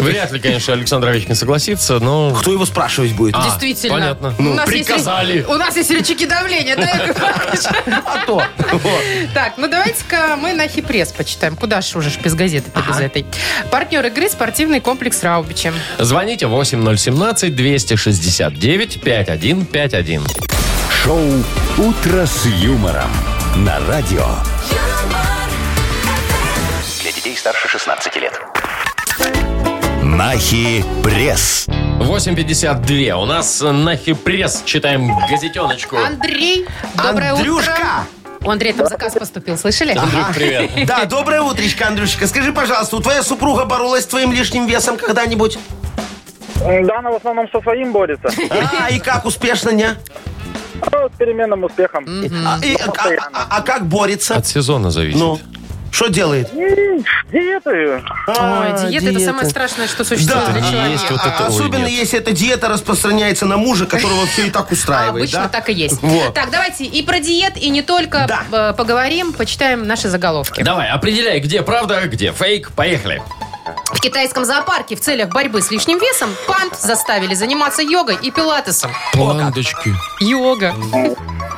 B: Вряд ли, конечно, Александр Овечкин согласится, но...
D: Кто его спрашивать будет?
B: А,
C: Действительно.
B: понятно.
C: У
B: Ну,
C: нас есть
B: приказали.
C: ре- у нас есть рычаги давления, да, Яков Маркович?
D: А то. Вот.
C: Так, ну давайте-ка мы на хипресс почитаем. Куда ж уже ж без газеты то без этой. Партнер игры спортивный комплекс Раубичи.
B: Звоните 8017-269-5151.
A: Шоу «Утро с юмором» на радио.
E: Для детей старше 16 лет.
A: Нахи пресс.
B: 8.52. У нас на хипресс читаем газетеночку.
C: Андрей, доброе
D: Андрюшка!
C: утро. У Андрея там заказ поступил, слышали?
B: Андрюх, привет.
D: Да, доброе утречко, Андрюшечка. Скажи, пожалуйста, у твоя супруга боролась с твоим лишним весом когда-нибудь?
F: Да, она в основном со своим борется.
D: А, и как успешно, не?
F: Ну, С переменным успехом.
D: А, и- а- а- а- а как борется?
B: От сезона зависит.
D: Ну, что делает?
F: И диеты.
C: Ой,
D: А,
C: диета, это самое страшное, что существует
D: Да,
C: для
B: не
C: человека.
B: есть вот это,
D: а-
B: ой,
D: особенно
B: нет.
D: если эта диета распространяется на мужа, которого все и так
C: А,
D: устраивает.
C: Обычно
D: да?
C: так и есть.
D: Вот.
C: Так, давайте и про диет, и не только
D: Да.
C: э, поговорим, почитаем наши заголовки.
B: Давай, определяй, где правда, а где фейк. Поехали.
C: В китайском зоопарке в целях борьбы с лишним весом панд заставили заниматься йогой и пилатесом.
B: Пландочки.
C: Йога.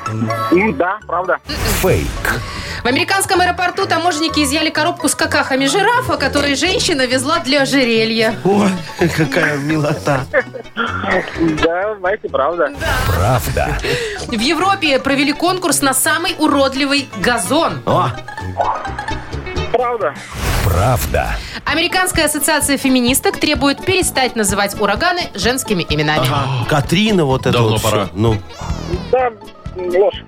F: М, Да, правда.
C: В американском аэропорту таможенники изъяли коробку с какахами жирафа, которые женщина везла для ожерелья.
D: Ой, какая милота.
F: Да, знаете, правда.
C: В Европе провели конкурс на самый уродливый газон.
D: О,
F: Правда.
A: Правда.
C: Американская ассоциация феминисток требует перестать называть ураганы женскими именами.
D: Катрина вот это
B: Давно
D: вот всё.
B: пора.
D: Ну,
F: Да, м, ложь.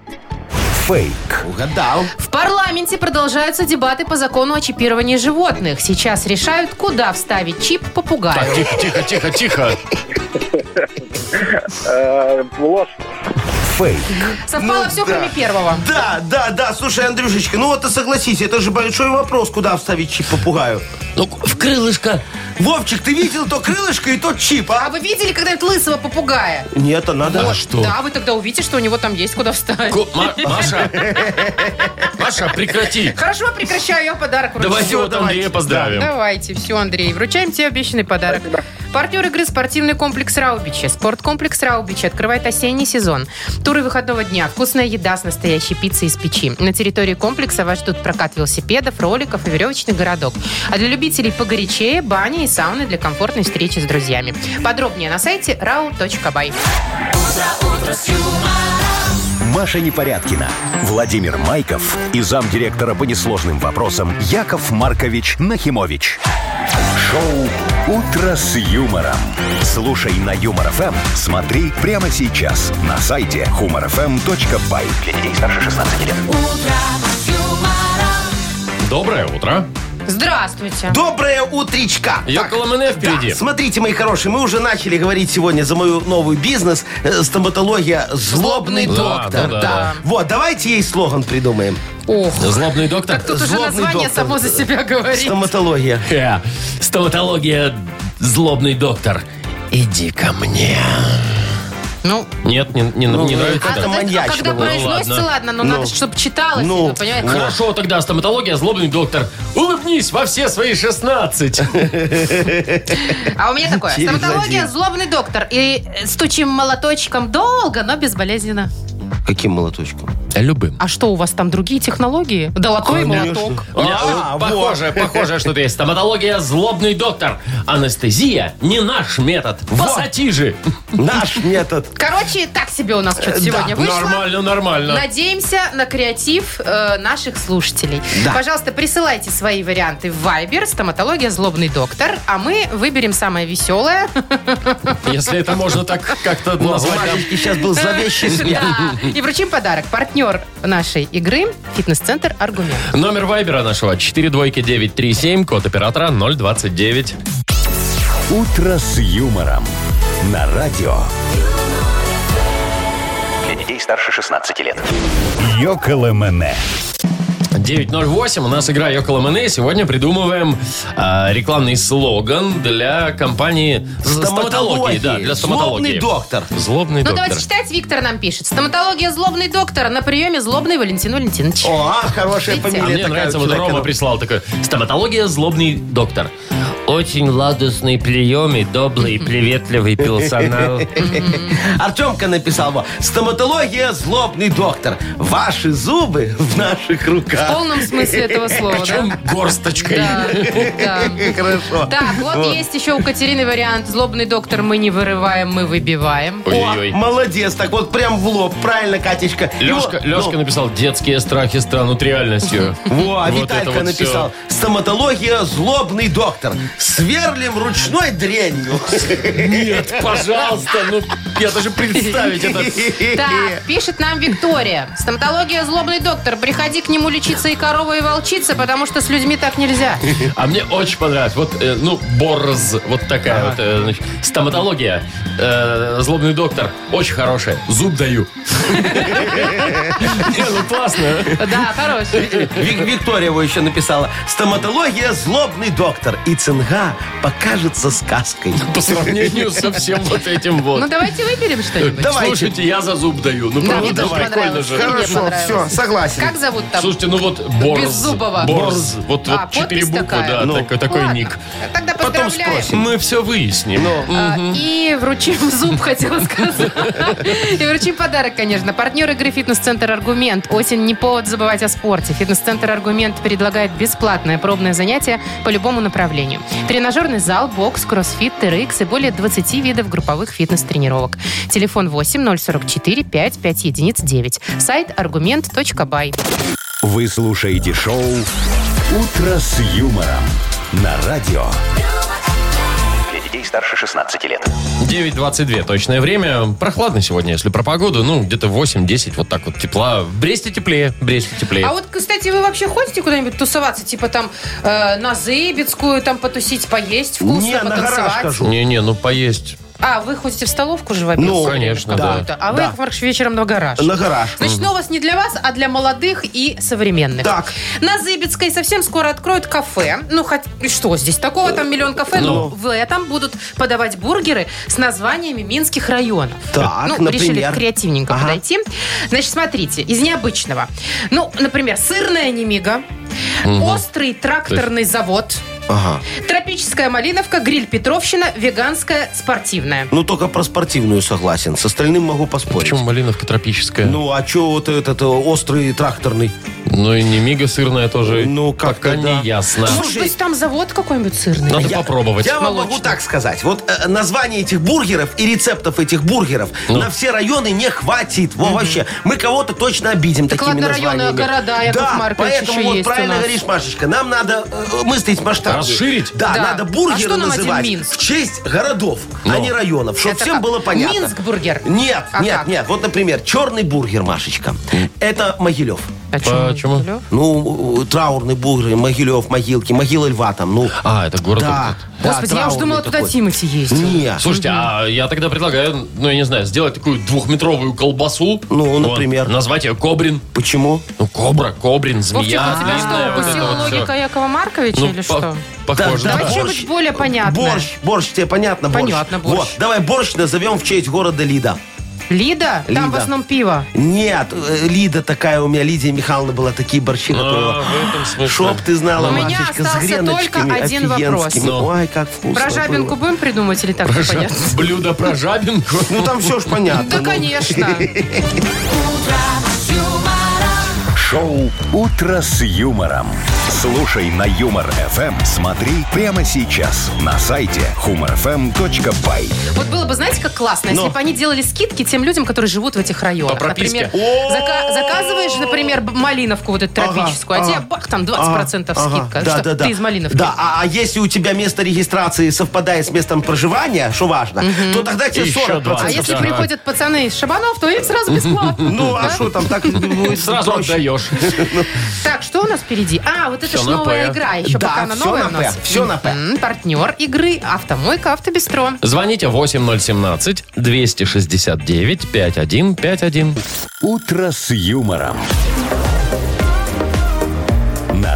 A: Фейк.
D: угадал.
C: В парламенте продолжаются дебаты по закону о чипировании животных. Сейчас решают, куда вставить чип попугаю.
B: Тихо, тихо, тихо, тихо.
F: Э, Ложь.
A: Фейк.
C: Совпало
D: Ну
C: все,
D: да.
C: кроме первого.
D: Да, да, да, слушай, Андрюшечка, ну вот ты согласись, это же большой вопрос, куда вставить чип попугаю.
B: Ну, в крылышко.
D: Вовчик, ты видел то крылышко и тот чип,
C: А
D: а?
C: вы видели когда-нибудь лысого попугая?
D: Нет, а надо.
B: А что?
C: Да, вы тогда увидите, что у него там есть куда вставить.
B: Ку- Ма- Маша. Маша, прекрати.
C: Хорошо, прекращаю, я подарок вручу.
B: Давайте вот Андрея поздравим.
C: Давайте, все, Андрей, вручаем тебе обещанный подарок. Партнер игры «Спортивный комплекс Раубичи». Спорткомплекс Раубичи открывает осенний сезон. Туры выходного дня, вкусная еда с настоящей пиццей из печи. На территории комплекса вас ждут прокат велосипедов, роликов и веревочный городок. А для любителей погорячее – бани и сауны для комфортной встречи с друзьями. Подробнее на сайте rau.by.
A: Маша Непорядкина, Владимир Майков и замдиректора по несложным вопросам Яков Маркович Нахимович. Шоу «Утро с юмором». Слушай на Юмор ФМ, смотри прямо сейчас на сайте humorfm.by. Для детей старше 16 лет.
B: Доброе утро.
C: Здравствуйте.
D: Доброе утречка.
B: Йокола Мене впереди.
D: Да, смотрите, мои хорошие, мы уже начали говорить сегодня за мою новый бизнес э, стоматология
C: Злобный
D: «Злобный
B: доктор».
D: доктор».
B: Да, да, да.
D: Вот, давайте ей слоган придумаем.
C: Ох,
B: Злобный доктор.
C: так тут уже
D: злобный
C: название
D: доктор.
C: само за себя говорит.
D: Стоматология.
B: Ха, Стоматология, злобный доктор. Иди ко мне.
C: Ну,
B: Нет, не, не-
D: Ну,
B: не нравится.
D: это
B: да?
C: А,
D: маньячно
C: а когда
D: было.
C: произносится,
B: Ну,
C: ладно, но
D: Ну.
C: надо, чтобы читалось,
D: Ну.
C: это, понимаете?
B: Хорошо, тогда стоматология, злобный доктор. Улыбнись во все свои 16.
C: А у меня такое.
D: Через
C: Стоматология,
D: один.
C: злобный доктор. И э, стучим молоточком долго, но безболезненно.
D: Каким молоточком?
B: Любым.
C: А что, у вас там другие технологии? Долотой Ну, молоток.
B: У меня,
D: А,
B: э, похоже, похоже, что ты есть. Стоматология, злобный доктор. Анестезия не наш метод. Пассатижи.
D: Наш метод.
C: Короче, так себе у нас что-то сегодня вышло.
B: Нормально, нормально.
C: Надеемся на креатив э, наших слушателей.
D: Да.
C: Пожалуйста, присылайте свои варианты в Viber, стоматология, злобный доктор, а мы выберем самое
D: *laughs*
C: веселое.
B: Если это можно так как-то
D: У
B: назвать. да.
D: Машечки сейчас был зловещий смех.
C: Да. И вручим подарок. Партнер нашей игры – фитнес-центр «Аргумент».
B: Номер вайбера нашего 42937, код оператора 029.
A: «Утро с юмором» на радио
E: Для детей старше 16 лет.
A: «Йоколэмэне».
B: 9.08. У нас игра Йоколо Мене. Сегодня придумываем а, рекламный слоган для компании стоматологии. Да, для стоматологии.
D: Злобный доктор.
B: Злобный
C: Ну,
B: доктор.
C: давайте читать. Виктор нам пишет. Стоматология злобный доктор. На приеме злобный Валентин Валентинович.
D: О, а, хорошая
C: Видите?
D: фамилия.
C: А
B: Мне
D: такая
B: нравится,
D: у
B: вот
D: человека.
B: Рома прислал такой. Стоматология, злобный доктор. Очень ладостный прием и добрый, приветливый *laughs* персонал.
D: Артемка написал его. Стоматология злобный доктор. Ваши зубы в наших
C: В
D: руках.
C: полном
B: *laughs*
C: смысле этого слова, да?
B: Причем горсточкой.
C: Да, да.
D: Хорошо.
C: Так, вот, есть еще у Катерины вариант. Злобный доктор мы не вырываем, мы выбиваем.
B: Ой-ой-ой.
D: Молодец, так вот прям в лоб. Правильно, Катечка.
B: Лешка,
D: Его-
B: Лешка написал «Детские страхи станут реальностью».
D: Во, а
B: Вот
D: Виталька
B: это вот
D: написал. Стоматология злобный доктор. Сверлим ручной дренью.
B: всё. Пожалуйста, ну я даже представить это.
C: Так, пишет нам Виктория. Стоматология злобный доктор. Приходи к нему лечиться и корова, и волчица, потому что с людьми
B: *laughs*
C: так нельзя.
B: А мне очень понравилось. Вот, э, ну, Борз, вот такая вот э, значит, стоматология. Э, злобный доктор, очень хорошая. Зуб *laughs* даю. Не, ну классно.
C: Да, хороший.
D: Вик- Виктория его еще написала. Стоматология злобный доктор. И цинга покажется сказкой.
B: По сравнению со всем вот этим
C: Ну,
B: вот.
C: давайте выберем что-нибудь.
D: давайте.
B: Слушайте, я за зуб даю. Ну,
C: Да, мне
B: правда,
C: тоже
B: прикольно
C: понравилось.
B: же.
C: Мне
D: Хорошо,
C: понравилось.
D: все, согласен.
C: Как зовут там?
B: Слушайте, ну вот Борз.
C: Беззубова.
B: Борз. Вот,
C: А,
B: вот четыре
C: подпись
B: буквы,
C: такая?
B: да,
D: Ну.
B: такой, такой
C: Ладно.
B: ник.
C: Тогда
D: Потом
C: поздравляем.
D: спросим.
B: Мы все выясним.
C: А, И вручим зуб, *laughs* хотела сказать. И вручим подарок, конечно. Партнер игры «Фитнес-центр Аргумент». Осень не повод забывать о спорте. «Фитнес-центр Аргумент» предлагает бесплатное пробное занятие по любому направлению. Тренажерный зал, бокс, кроссфит, TRX и более 20 видов групповых фитнес-тренировок. Телефон 8 044 5 5 единиц 9. Сайт аргумент.бай.
A: Вы слушаете шоу «Утро с юмором» на радио.
E: Для детей старше 16 лет.
B: 9.22 точное время. Прохладно сегодня, если про погоду. Ну, где-то 8-10, вот так вот тепла. В Бресте теплее, в Бресте теплее.
C: А вот, кстати, вы вообще ходите куда-нибудь тусоваться? Типа там э, на Зыбецкую, там потусить, поесть вкусно,
D: Не, на гараж
C: потанцевать?
D: хожу.
B: Не-не, ну поесть.
C: А, вы ходите в столовку живописную?
D: Ну,
B: конечно,
C: какую-то?
B: да.
C: А вы,
D: Да.
C: Яков Маркович, вечером на гараж.
D: На гараж.
C: Значит, новость не для вас, а для молодых и современных.
D: Так.
C: На Зыбецкой совсем скоро откроют кафе. Ну, хоть и что здесь такого, там миллион кафе,
D: Ну.
C: но в этом будут подавать бургеры с названиями минских районов.
D: Так,
C: ну, решили
D: например.
C: креативненько
D: Ага.
C: подойти. Значит, смотрите, из необычного. Ну, например, сырная немига, острый тракторный завод,
D: Ага.
C: тропическая малиновка, гриль Петровщина, веганская спортивная.
D: Ну, только про спортивную согласен. С остальным могу поспорить.
B: Почему малиновка тропическая? Ну,
D: Ну, а чё вот этот э, острый тракторный?
B: и не мига сырная тоже.
D: Ну, как-то
B: Пока
D: да.
B: не ясно.
C: Может быть, там завод какой-нибудь сырный?
B: Надо
D: Я-
B: попробовать.
D: Я вам могу так сказать. Вот э, название этих бургеров и рецептов этих бургеров
B: Ну.
D: на все районы не хватит. Во, вообще. Мы кого-то точно обидим
C: Так
D: такими
C: ладно, районы,
D: названиями.
C: а города, Яков
D: да,
C: Маркович,
D: поэтому
C: еще
D: вот
C: есть у
D: правильно
C: нас.
D: говоришь, Машечка, нам надо э, мыслить масштабы.
B: Расширить?
D: Да,
C: Да.
D: надо
C: А
D: бургеры
C: что нам один
D: называть
C: Минск?
D: в честь городов,
B: Ну.
D: а не районов, чтобы
C: Это
D: всем
C: как?
D: было понятно.
C: Минск-бургер?
D: Нет,
C: А
D: нет,
C: как?
D: нет. Вот, например, черный бургер, Машечка. Это Могилев.
B: А Почему?
D: Ну, э, траурный бургер, Могилев, могилки, могила льва там, ну.
B: А, это город.
D: Да,
B: вот
D: да,
C: Господи, я уж
D: траурный
C: думала, туда
D: такой.
C: Тимати ездил.
D: Не.
B: этот. Слушайте, а я тогда предлагаю, ну, я не знаю, сделать такую двухметровую колбасу.
D: Ну,
B: Вот.
D: например.
B: назвать ее Кобрин.
D: Почему?
B: Ну, Кобра, Кобрин, змея.
C: Вовчик, у тебя
B: длинная,
C: что,
B: вот это
C: укусила
B: вот всё.
C: логика Якова Марковича
B: Ну,
C: или
B: по-
C: что?
B: Похоже,
D: Да,
B: да.
C: Давай
D: борщ.
C: что-нибудь более понятное.
D: Борщ, борщ, тебе понятно, борщ?
C: Понятно, борщ.
D: Вот, давай борщ назовем в честь города Лида.
C: Лида? Там
D: Лида.
C: в основном пиво.
D: Нет, э, Лида такая у меня, Лидия Михайловна была, такие борщи
B: А,
D: готовила.
B: в этом смысле.
D: Чтоб ты знала,
C: У меня
D: Машечка, с
C: остался
D: греночками
C: только один вопрос.
D: офигенскими.
B: Ну.
D: Ой, как вкусно
C: Про жабинку
D: было.
C: будем придумать или так непонятно?
B: *laughs* Блюдо про жабинку.
D: Ну там все ж понятно.
C: Да,
D: ну. *laughs*
C: конечно.
A: Шоу «Утро с юмором». Слушай на Юмор ФМ. Смотри прямо сейчас на сайте humorfm.by.
C: Вот было бы, знаете, как классно, если
D: Но.
C: бы они делали скидки тем людям, которые живут в этих районах.
B: По прописке.
C: Например, зака- заказываешь, например, б- малиновку вот эту тропическую, а тебе, бах, там 20%
D: Ага,
C: скидка.
D: да,
C: Что,
D: да, да.
C: Ты из малиновки.
D: Да, а, а если у тебя место регистрации совпадает с местом проживания, что важно, то тогда тебе
B: Еще
D: 40%.
C: А
B: двадцать.
C: если
B: Да.
C: приходят пацаны из Шабанов, то им сразу бесплатно.
D: Ну, а
C: Да?
D: что там так будет
B: *laughs* Сразу
D: проще?
B: отдаешь.
C: Так, что у нас впереди? А, вот это
B: Всё
C: ж
B: на
C: новая
B: «П».
C: игра. Еще
D: Да,
C: пока она
D: всё
C: новая
D: на
C: у нас.
D: «П», всё на «П».
C: М, Партнер игры «Автомойка Автобестро».
B: Звоните 8017-269-5151.
A: «Утро с юмором».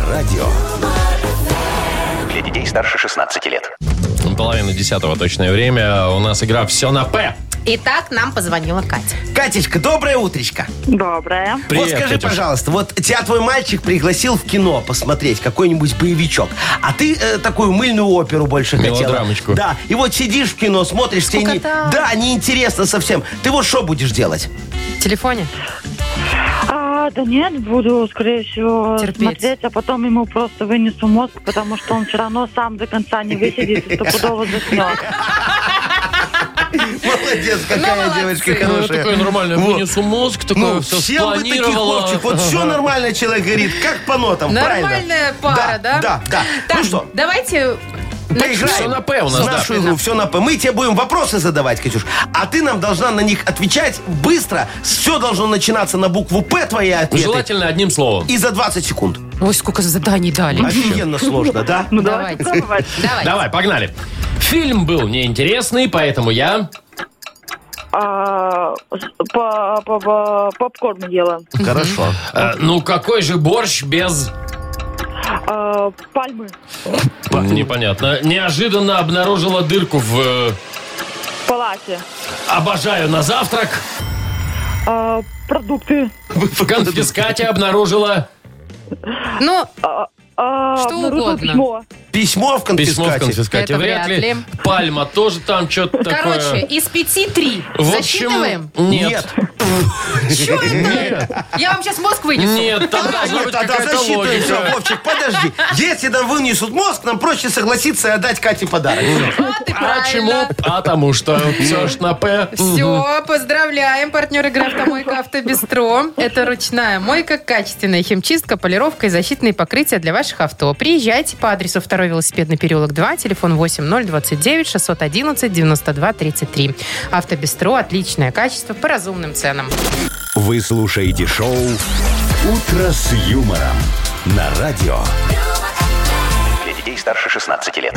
A: радио.
E: Для детей старше 16 лет.
B: Ну, Половина десятого точное время. У нас игра «Все на П».
C: Итак, нам позвонила Катя.
D: Катечка, доброе утречко.
H: Доброе.
B: Привет,
D: вот скажи,
B: Катюш.
D: пожалуйста, вот тебя твой мальчик пригласил в кино посмотреть какой-нибудь боевичок, а ты э, такую мыльную оперу больше хотела.
B: Мелодрамочку.
D: Да, и вот сидишь в кино, смотришь, тебе не...
C: Скукота.
D: Да, неинтересно совсем. Ты вот что
C: *laughs*
D: будешь делать?
C: В телефоне?
H: А, да нет, буду, скорее всего,
C: Терпеть.
H: смотреть, а потом ему просто вынесу мозг, потому что он все равно сам до конца не высидит и
C: *laughs*
H: стопудово заснет.
D: Молодец, какая
C: молодцы.
D: девочка
B: Ну,
D: хорошая.
B: такое нормальное,
D: Вот.
B: вынесу мозг, такое
D: Ну,
B: все
D: всем бы таких
B: спланировала.
D: ловчик.
B: *laughs*
D: Вот все нормально человек говорит, как по нотам, правильно?
C: Нормальная пара, да?
D: Да, да.
C: Так,
D: Ну что,
C: давайте...
D: поиграем.
B: Всё на «П» у нас,
D: В
B: да.
D: нашу игру, все на П. Мы тебе будем вопросы задавать, Катюш, а ты нам должна на них отвечать быстро. Все должно начинаться на букву П твои ответы.
B: Желательно одним словом.
D: И за 20 секунд.
C: Ой, сколько заданий дали.
D: Офигенно сложно, да?
H: Ну,
C: Давайте.
H: давайте пробовать.
C: Давай.
B: Давай, погнали. Фильм был неинтересный, поэтому я...
H: А, с- по- по- по- Попкорн ела.
D: Хорошо.
B: э, ну, какой же борщ без...
H: А, Пальмы.
B: Па- Непонятно. Неожиданно обнаружила дырку в... э,
H: В палате.
B: Обожаю на завтрак.
D: *laughs*
H: А, Продукты.
B: В конфискате обнаружила
C: Ну,
H: А,
C: Что
H: обнаружила
C: угодно.
H: письмо.
D: Письмо в
B: письмо в
D: конфискате.
B: конфискате.
C: Это
B: вряд,
C: вряд
B: ли.
C: ли.
B: Пальма тоже там что-то такое.
C: короче, из пяти три.
B: В общем,
C: Засчитываем?
B: Нет.
C: Чё это? Я вам сейчас мозг вынесу.
B: Нет, там должна быть
D: А, Тогда
B: А, какая-то
D: засчитываем все.
B: логика.
D: Вовчик, подожди. Если нам вынесут мозг, нам проще согласиться и отдать Кате подарок.
C: А ты
B: А чему?
C: правильно.
B: Потому что все ж на П.
C: Все, поздравляем, партнер игры «Автомойка Автобестро». Это ручная мойка, качественная химчистка, полировка и защитные покрытия для ваших авто. Приезжайте по адресу 2 велосипедный переулок 2, телефон 8029 611 92 33. «Автобестро» – отличное качество по разумным ценам.
A: Вы слушаете шоу «Утро с юмором» на радио.
E: Для детей старше 16 лет.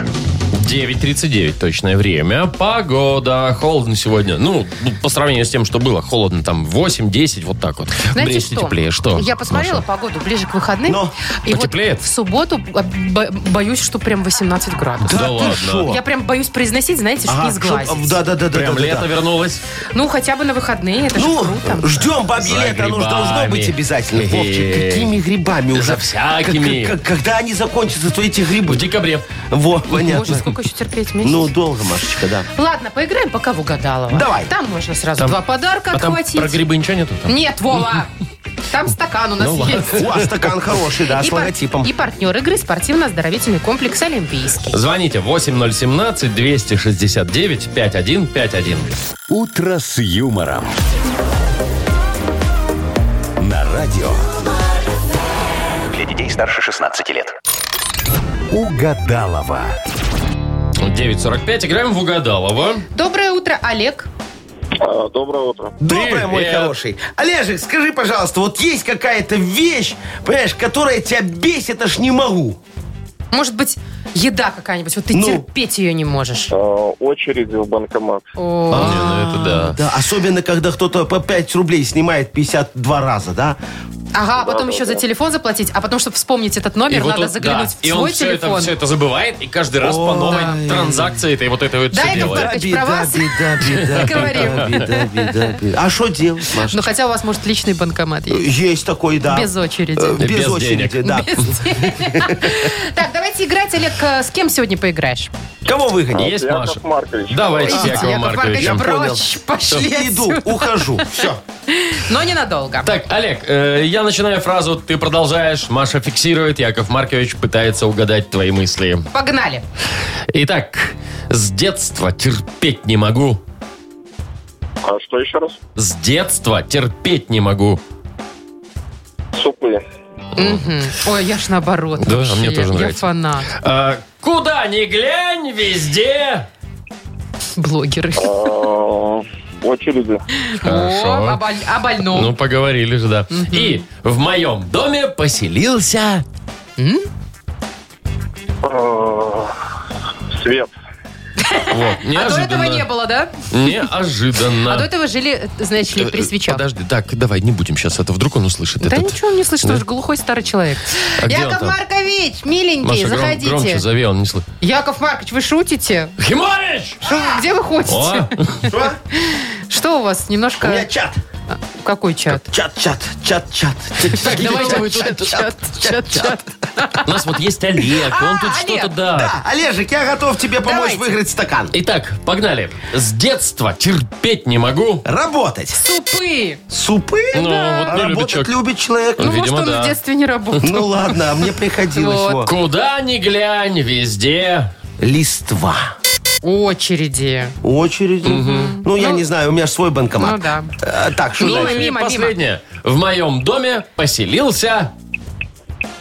B: 9.39 точное время. Погода. Холодно сегодня. Ну, по сравнению с тем, что было. Холодно там 8-10, вот так вот.
C: Знаете
B: В Бресте
C: что?
B: теплее. Что?
C: Я посмотрела
B: Маша?
C: погоду ближе к выходным.
D: Но
C: и вот
B: потеплеет?
C: в субботу бо- бо- боюсь, что прям 18 градусов.
B: Да а, ладно.
D: ты шо?
C: Я прям боюсь произносить, знаете, чтобы не сглазить.
D: Да, да, да, да.
B: Прям
D: да, да,
B: лето
D: да.
B: вернулось.
C: Ну, хотя бы на выходные, это
D: Ну,
C: же круто.
D: ждем бабье
B: За
D: лето, оно же
B: грибами.
D: должно быть обязательно.
B: Э-э.
D: Вовчик, какими грибами уже?
B: За всякими.
D: Как- как- когда они закончатся, то эти
B: В
D: грибы?
B: декабре.
D: Во,
C: Боже,
D: понятно.
C: сколько еще терпеть месяц?
D: Ну, долго, Машечка, да.
C: Ладно, поиграем пока в угадалово.
D: Давай.
C: Там можно сразу
B: Там-
C: два подарка
B: А там
C: отхватить.
B: про грибы ничего нету? там? *laughs*
C: Нет, Вова! Там стакан у нас
B: Ну ладно. А
C: есть.
D: У вас стакан хороший, да, с
C: И пар-
D: логотипом.
C: И партнер игры спортивно-оздоровительный комплекс «Олимпийский».
B: Звоните 8017-269-5151.
A: «Утро с юмором». На радио
E: Для детей старше 16 лет.
A: «Угадалова».
B: 9.45. Играем в Угадалово.
C: Доброе утро, Олег.
F: А, доброе утро.
D: Доброе, мой
B: Привет.
D: хороший. Олежек, скажи, пожалуйста, вот есть какая-то вещь, понимаешь, которая тебя бесит, аж не могу.
C: Может быть, еда какая-нибудь, вот ты
D: Ну.
C: терпеть ее не можешь.
F: А, очереди в банкомат.
C: О,
B: Не, ну это да.
D: Да, особенно, когда кто-то по 5 рублей снимает 52 раза, да?
C: Ага, а потом еще за телефон заплатить, а потом, чтобы вспомнить этот номер,
B: вот
C: надо
B: он-
C: заглянуть
B: да,
C: в
B: И
C: свой
B: он все это,
C: телефон.
B: все это забывает, и каждый раз по новой
D: Ой.
B: транзакции это и вот это вот
C: Да,
B: все
C: Яков
B: делает.
C: Маркович. Маркович, про вас
D: беда,
C: *laughs*
D: беда,
C: говорим.
D: беда, беда, беда, беда. А что делать, Маша?
C: Ну, хотя у вас, может, личный банкомат есть.
D: Есть такой,
B: А,
D: да.
C: Без очереди.
D: Э, Без,
B: Без
D: очереди,
B: денег.
D: да.
C: *laughs* Так, давайте играть, Олег, э, с кем сегодня поиграешь?
D: Кого выгонять?
B: Есть
F: Яков
B: Маша?
F: Маркович.
B: Давайте с
C: Идите,
B: Яковом
C: Яков Маркович,
B: Марковичем.
C: прочь, пошли
D: Иду,
C: отсюда.
D: ухожу. Все.
C: Но ненадолго.
B: Так, Олег, э, я начинаю фразу, ты продолжаешь, Маша фиксирует, Яков Маркович пытается угадать твои мысли.
C: Погнали.
B: Итак, с детства терпеть не могу.
F: А что еще раз?
B: С детства терпеть не могу.
F: Супы.
C: Мгм. Ой, я ж наоборот.
B: Да,
C: вообще.
B: мне тоже
C: Я
B: нравится.
C: фанат.
B: Э, куда ни глянь, везде.
C: Блогеры.
F: А, очереди.
B: Хорошо.
C: О, о боль- о больном.
B: Ну, поговорили же, да. И в моем доме поселился...
F: А, Э, свет.
B: Вот,
C: А до этого
B: неожиданно.
C: не было, да?
B: Неожиданно. Э,
C: А до этого жили, значит, ли, при свечах.
B: Подожди, так, давай, не будем сейчас, это вдруг он услышит
C: Да
B: этот.
C: ничего он не слышит, он же глухой старый человек.
B: А где он
C: Яков
B: там?
C: Маркович, миленький,
B: Маша, гром-
C: заходите.
B: громче зови, он не слышит.
C: Яков Маркович, вы шутите?
B: Химович!
C: Шо- Где вы ходите?
B: О,
D: Что?
C: Что у вас?
D: У меня
C: Немножко...
D: чат.
C: Какой чат?
D: Чат, чат, чат, чат.
B: Так,
C: Давайте
B: давайте
C: вы
B: вы
C: чат,
B: тут-
C: чат, чат, чат.
B: у нас вот есть Олег, он тут
C: А,
B: что-то
C: Олег,
B: да.
D: Да, Олежек, я готов тебе помочь
C: Давайте.
D: выиграть стакан.
B: Итак, погнали. С детства терпеть не могу.
D: Работать.
C: Тупые.
D: Супы?
B: Ну,
D: Да.
B: вот не любит
D: Работать
B: человек.
D: любит человек.
C: Ну, может,
B: Видимо,
C: он
B: да.
C: в детстве не работал.
D: Ну ладно, а мне приходилось.
C: Вот.
D: во.
B: Куда ни глянь, везде.
D: Листва.
B: Ну,
C: Очереди.
D: Очередь. Ну, я
C: Ну,
D: не знаю, у меня ж свой банкомат.
C: Ну да.
D: А, так, что
B: Ну
D: дальше?
B: и
C: Мимо, мимо.
B: последнее. В моем доме поселился...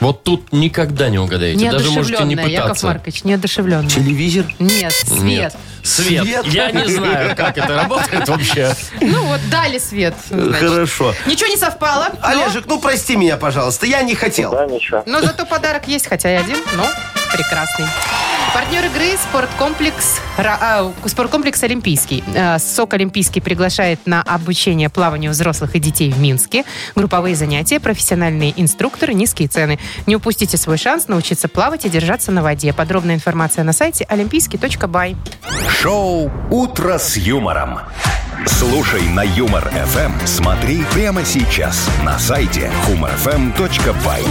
B: Вот тут никогда не угадаете. Даже можете не
C: Неодушевленная, Яков
B: пытаться.
C: Маркович, неодушевленная.
D: Телевизор?
C: Нет, свет.
B: Нет. Свет.
D: Свет?
B: Я не знаю, как это работает вообще.
C: Ну вот, дали свет. значит. Ну?
D: Хорошо.
C: Ничего не совпало. но-
D: Олежек, ну прости меня, пожалуйста, я не хотел.
F: Да, ничего.
C: Но зато подарок есть, хотя и один, но прекрасный. Партнер игры спорткомплекс, Ра- а, спорткомплекс Олимпийский. Э, СОК Олимпийский приглашает на обучение плаванию взрослых и детей в Минске. Групповые занятия, профессиональные инструкторы, низкие цены. Не упустите свой шанс научиться плавать и держаться на воде. Подробная информация на сайте олимпийский.бай.
A: Шоу «Утро с юмором». Слушай на Юмор ФМ. Смотри прямо сейчас на сайте humorfm.by.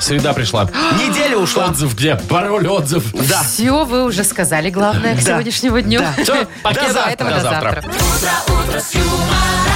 B: Среда пришла.
D: Неделя ушла.
B: Отзыв где? Пароль, отзыв.
D: Да.
C: Все, вы уже сказали главное к *laughs*
D: Да.
C: сегодняшнего дню.
B: Все, пока.
C: Поэтому до завтра.
I: утро, утро с юмором.